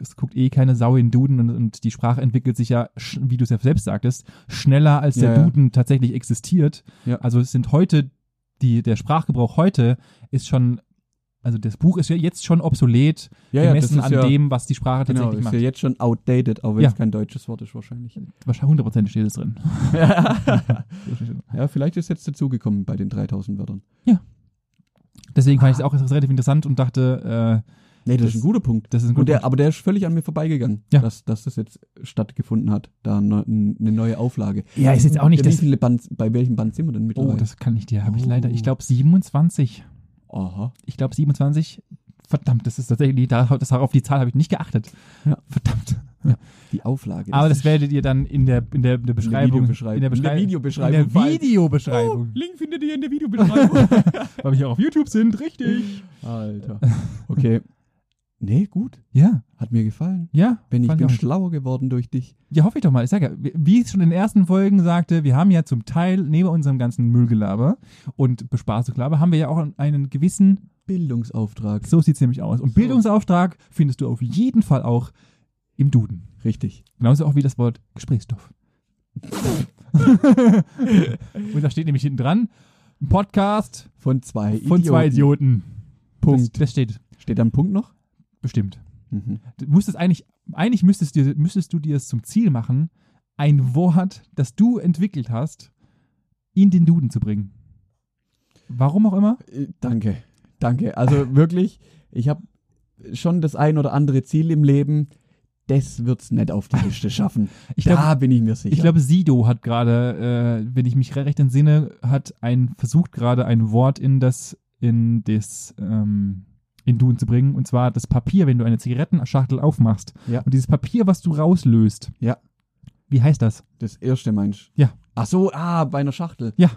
es guckt eh keine Sau in den Duden und, und die Sprache entwickelt sich ja, sch- wie du es ja selbst sagtest, schneller als Ja, der ja. Duden tatsächlich existiert. Ja. Also es sind heute, die, der Sprachgebrauch heute ist schon, also das Buch ist ja jetzt schon obsolet, Ja, gemessen an dem, was die Sprache Genau, tatsächlich ist ja macht. jetzt schon outdated, auch wenn Ja. es kein deutsches Wort ist wahrscheinlich. Wahrscheinlich hundertprozentig steht es drin. ja, vielleicht ist jetzt dazugekommen bei den 3000 Wörtern. Deswegen fand ich es auch relativ interessant und dachte, äh, Nee, das, Das- ist ein guter Punkt. das ist ein Und guter der, aber der ist völlig an mir vorausgegangen, Ja. dass, dass das jetzt stattgefunden hat, da ne, n- eine neue Auflage. Ja, ist jetzt auch nicht Wie das- viele Band, bei welchem Band sind wir denn Oh, mittlerweile? das kann ich dir, habe ich Oh. leider. Ich glaube 27. Aha. Ich glaube 27. Verdammt, das ist tatsächlich, da- das, auf die Zahl habe ich nicht geachtet. Ja. Verdammt. Die Auflage. Aber das werdet ihr dann in der, in der, in der Beschreibung. Videobeschreibung. In der, In der Beschreibung- Videobeschreibung In der vor allem. Oh, Videobeschreibung. Link findet ihr in der Videobeschreibung. Oh. Weil wir hier auf YouTube sind, richtig. Alter. Okay. Nee, gut. Ja, Hat mir gefallen. ja. Wenn ich fand bin auch. schlauer geworden durch dich. Ja, hoffe ich doch mal. Ich sage ja, wie- wie ich schon in den ersten Folgen sagte, wir haben ja zum Teil neben unserem ganzen Müllgelaber und Bespaßungelaber haben wir ja auch einen gewissen, Bildungsauftrag. so sieht's nämlich aus. Und So. Bildungsauftrag findest du auf jeden Fall auch im Duden. Richtig. Genauso auch wie das Wort Gesprächsstoff. und da steht nämlich hinten dran, ein Podcast Von zwei von zwei Idioten. Punkt. Das, das steht Steht da ein Punkt noch? bestimmt. Mhm. Du müsstest eigentlich, eigentlich müsstest, dir, müsstest du dir es zum Ziel machen, ein Wort, das du entwickelt hast, in den Duden zu bringen. Warum auch immer? Äh, Danke. Danke. Also wirklich, ich habe schon das ein oder andere Ziel im Leben. Das wird's nicht auf die Liste schaffen. Ich da bin ich mir sicher. Ich glaube, Sido hat gerade, äh, wenn ich mich re- recht entsinne, hat ein, versucht gerade ein Wort in das, in das, ähm, in Duden zu bringen. Und zwar das Papier, wenn du eine Zigarettenschachtel aufmachst. Ja. Und dieses Papier, was du rauslöst. Ja. Wie heißt das? das erste meinst du? Ja. Ach so, ah, bei einer Schachtel. Ja.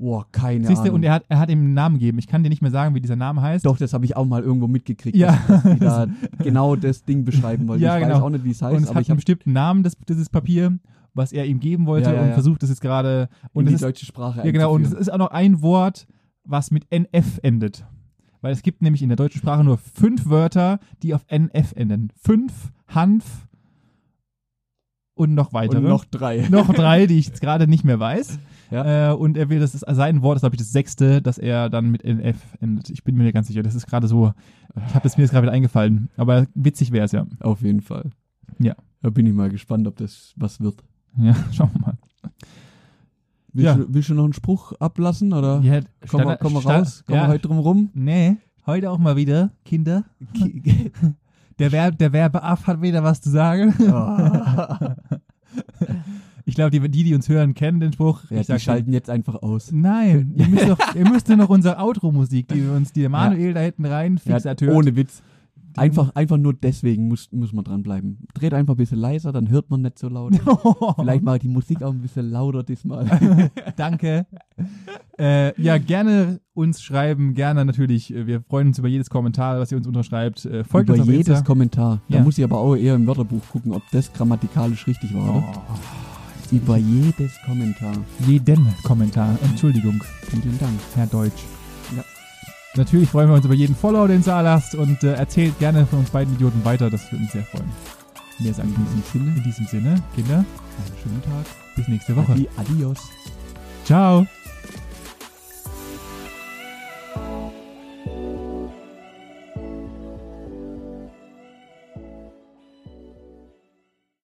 Boah, keine Siehst du, Ahnung. und er hat, er hat ihm einen Namen gegeben. Ich kann dir nicht mehr sagen, wie dieser Name heißt. Doch, das habe ich auch mal irgendwo mitgekriegt, Ja. dass, dass die da genau das Ding beschreiben wollten. Ja, ich weiß genau. auch nicht, wie es und heißt, es aber hat ich einen habe bestimmten Namen, das, dieses Papier, was er ihm geben wollte Ja, ja, und ja. versucht es jetzt gerade. in Und die es ist, deutsche Sprache ja, genau, und es einzuführen. ist auch noch ein Wort, was mit NF endet. Weil es gibt nämlich in der deutschen Sprache nur fünf Wörter, die auf NF enden. Fünf, Hanf und noch weitere. und noch drei. noch drei, die ich jetzt gerade nicht mehr weiß. Ja. Äh, und er will, das ist sein Wort, das ist, glaube ich, das sechste, dass er dann mit NF endet. Ich bin mir nicht ganz sicher. Das ist gerade so, ich habe das mir jetzt gerade wieder eingefallen. Aber witzig wäre es ja. Auf jeden Fall. Ja. Da bin ich mal gespannt, ob das was wird. Ja, schauen wir mal. Willst, Ja. du, willst du noch einen Spruch ablassen oder Ja, komm, mal, Standard- komm mal Sta- raus? Komm ja, mal heute drum rum? Nee, heute auch mal wieder, Kinder. Der, Wer der Werbeaff hat wieder was zu sagen. Ich glaube, die, die, die uns hören, kennen den Spruch. Ja, ich die sag schon, schalten jetzt einfach aus. Nein, ihr müsst, doch, ihr müsst nur noch unsere Outro-Musik, die wir uns, die der Manuel da hinten rein, Ja, fix ertönt, ohne Witz. Einfach, einfach nur deswegen muss, muss man dranbleiben. Dreht einfach ein bisschen leiser, dann hört man nicht so laut. Vielleicht mache ich die Musik auch ein bisschen lauter diesmal. Danke. äh, ja, gerne uns schreiben, gerne natürlich. Äh, Wir freuen uns über jedes Kommentar, was ihr uns unterschreibt. Äh, folgt Über uns auf jedes Insta. Kommentar. Da Ja. muss ich aber auch eher im Wörterbuch gucken, ob das grammatikalisch richtig war, oder? Oh. Über jedes Kommentar. jeden Kommentar. Entschuldigung, Vielen Dank. Herr Deutsch. Ja. Natürlich freuen wir uns über jeden Follow, den ihr da lasst und äh, erzählt gerne von uns beiden Idioten weiter. Das würde uns sehr freuen. Mehr sagen In wir diesem nicht. Sinne, In diesem Sinne, Kinder, einen schönen Tag. bis nächste Woche. Adi- Adios. Ciao.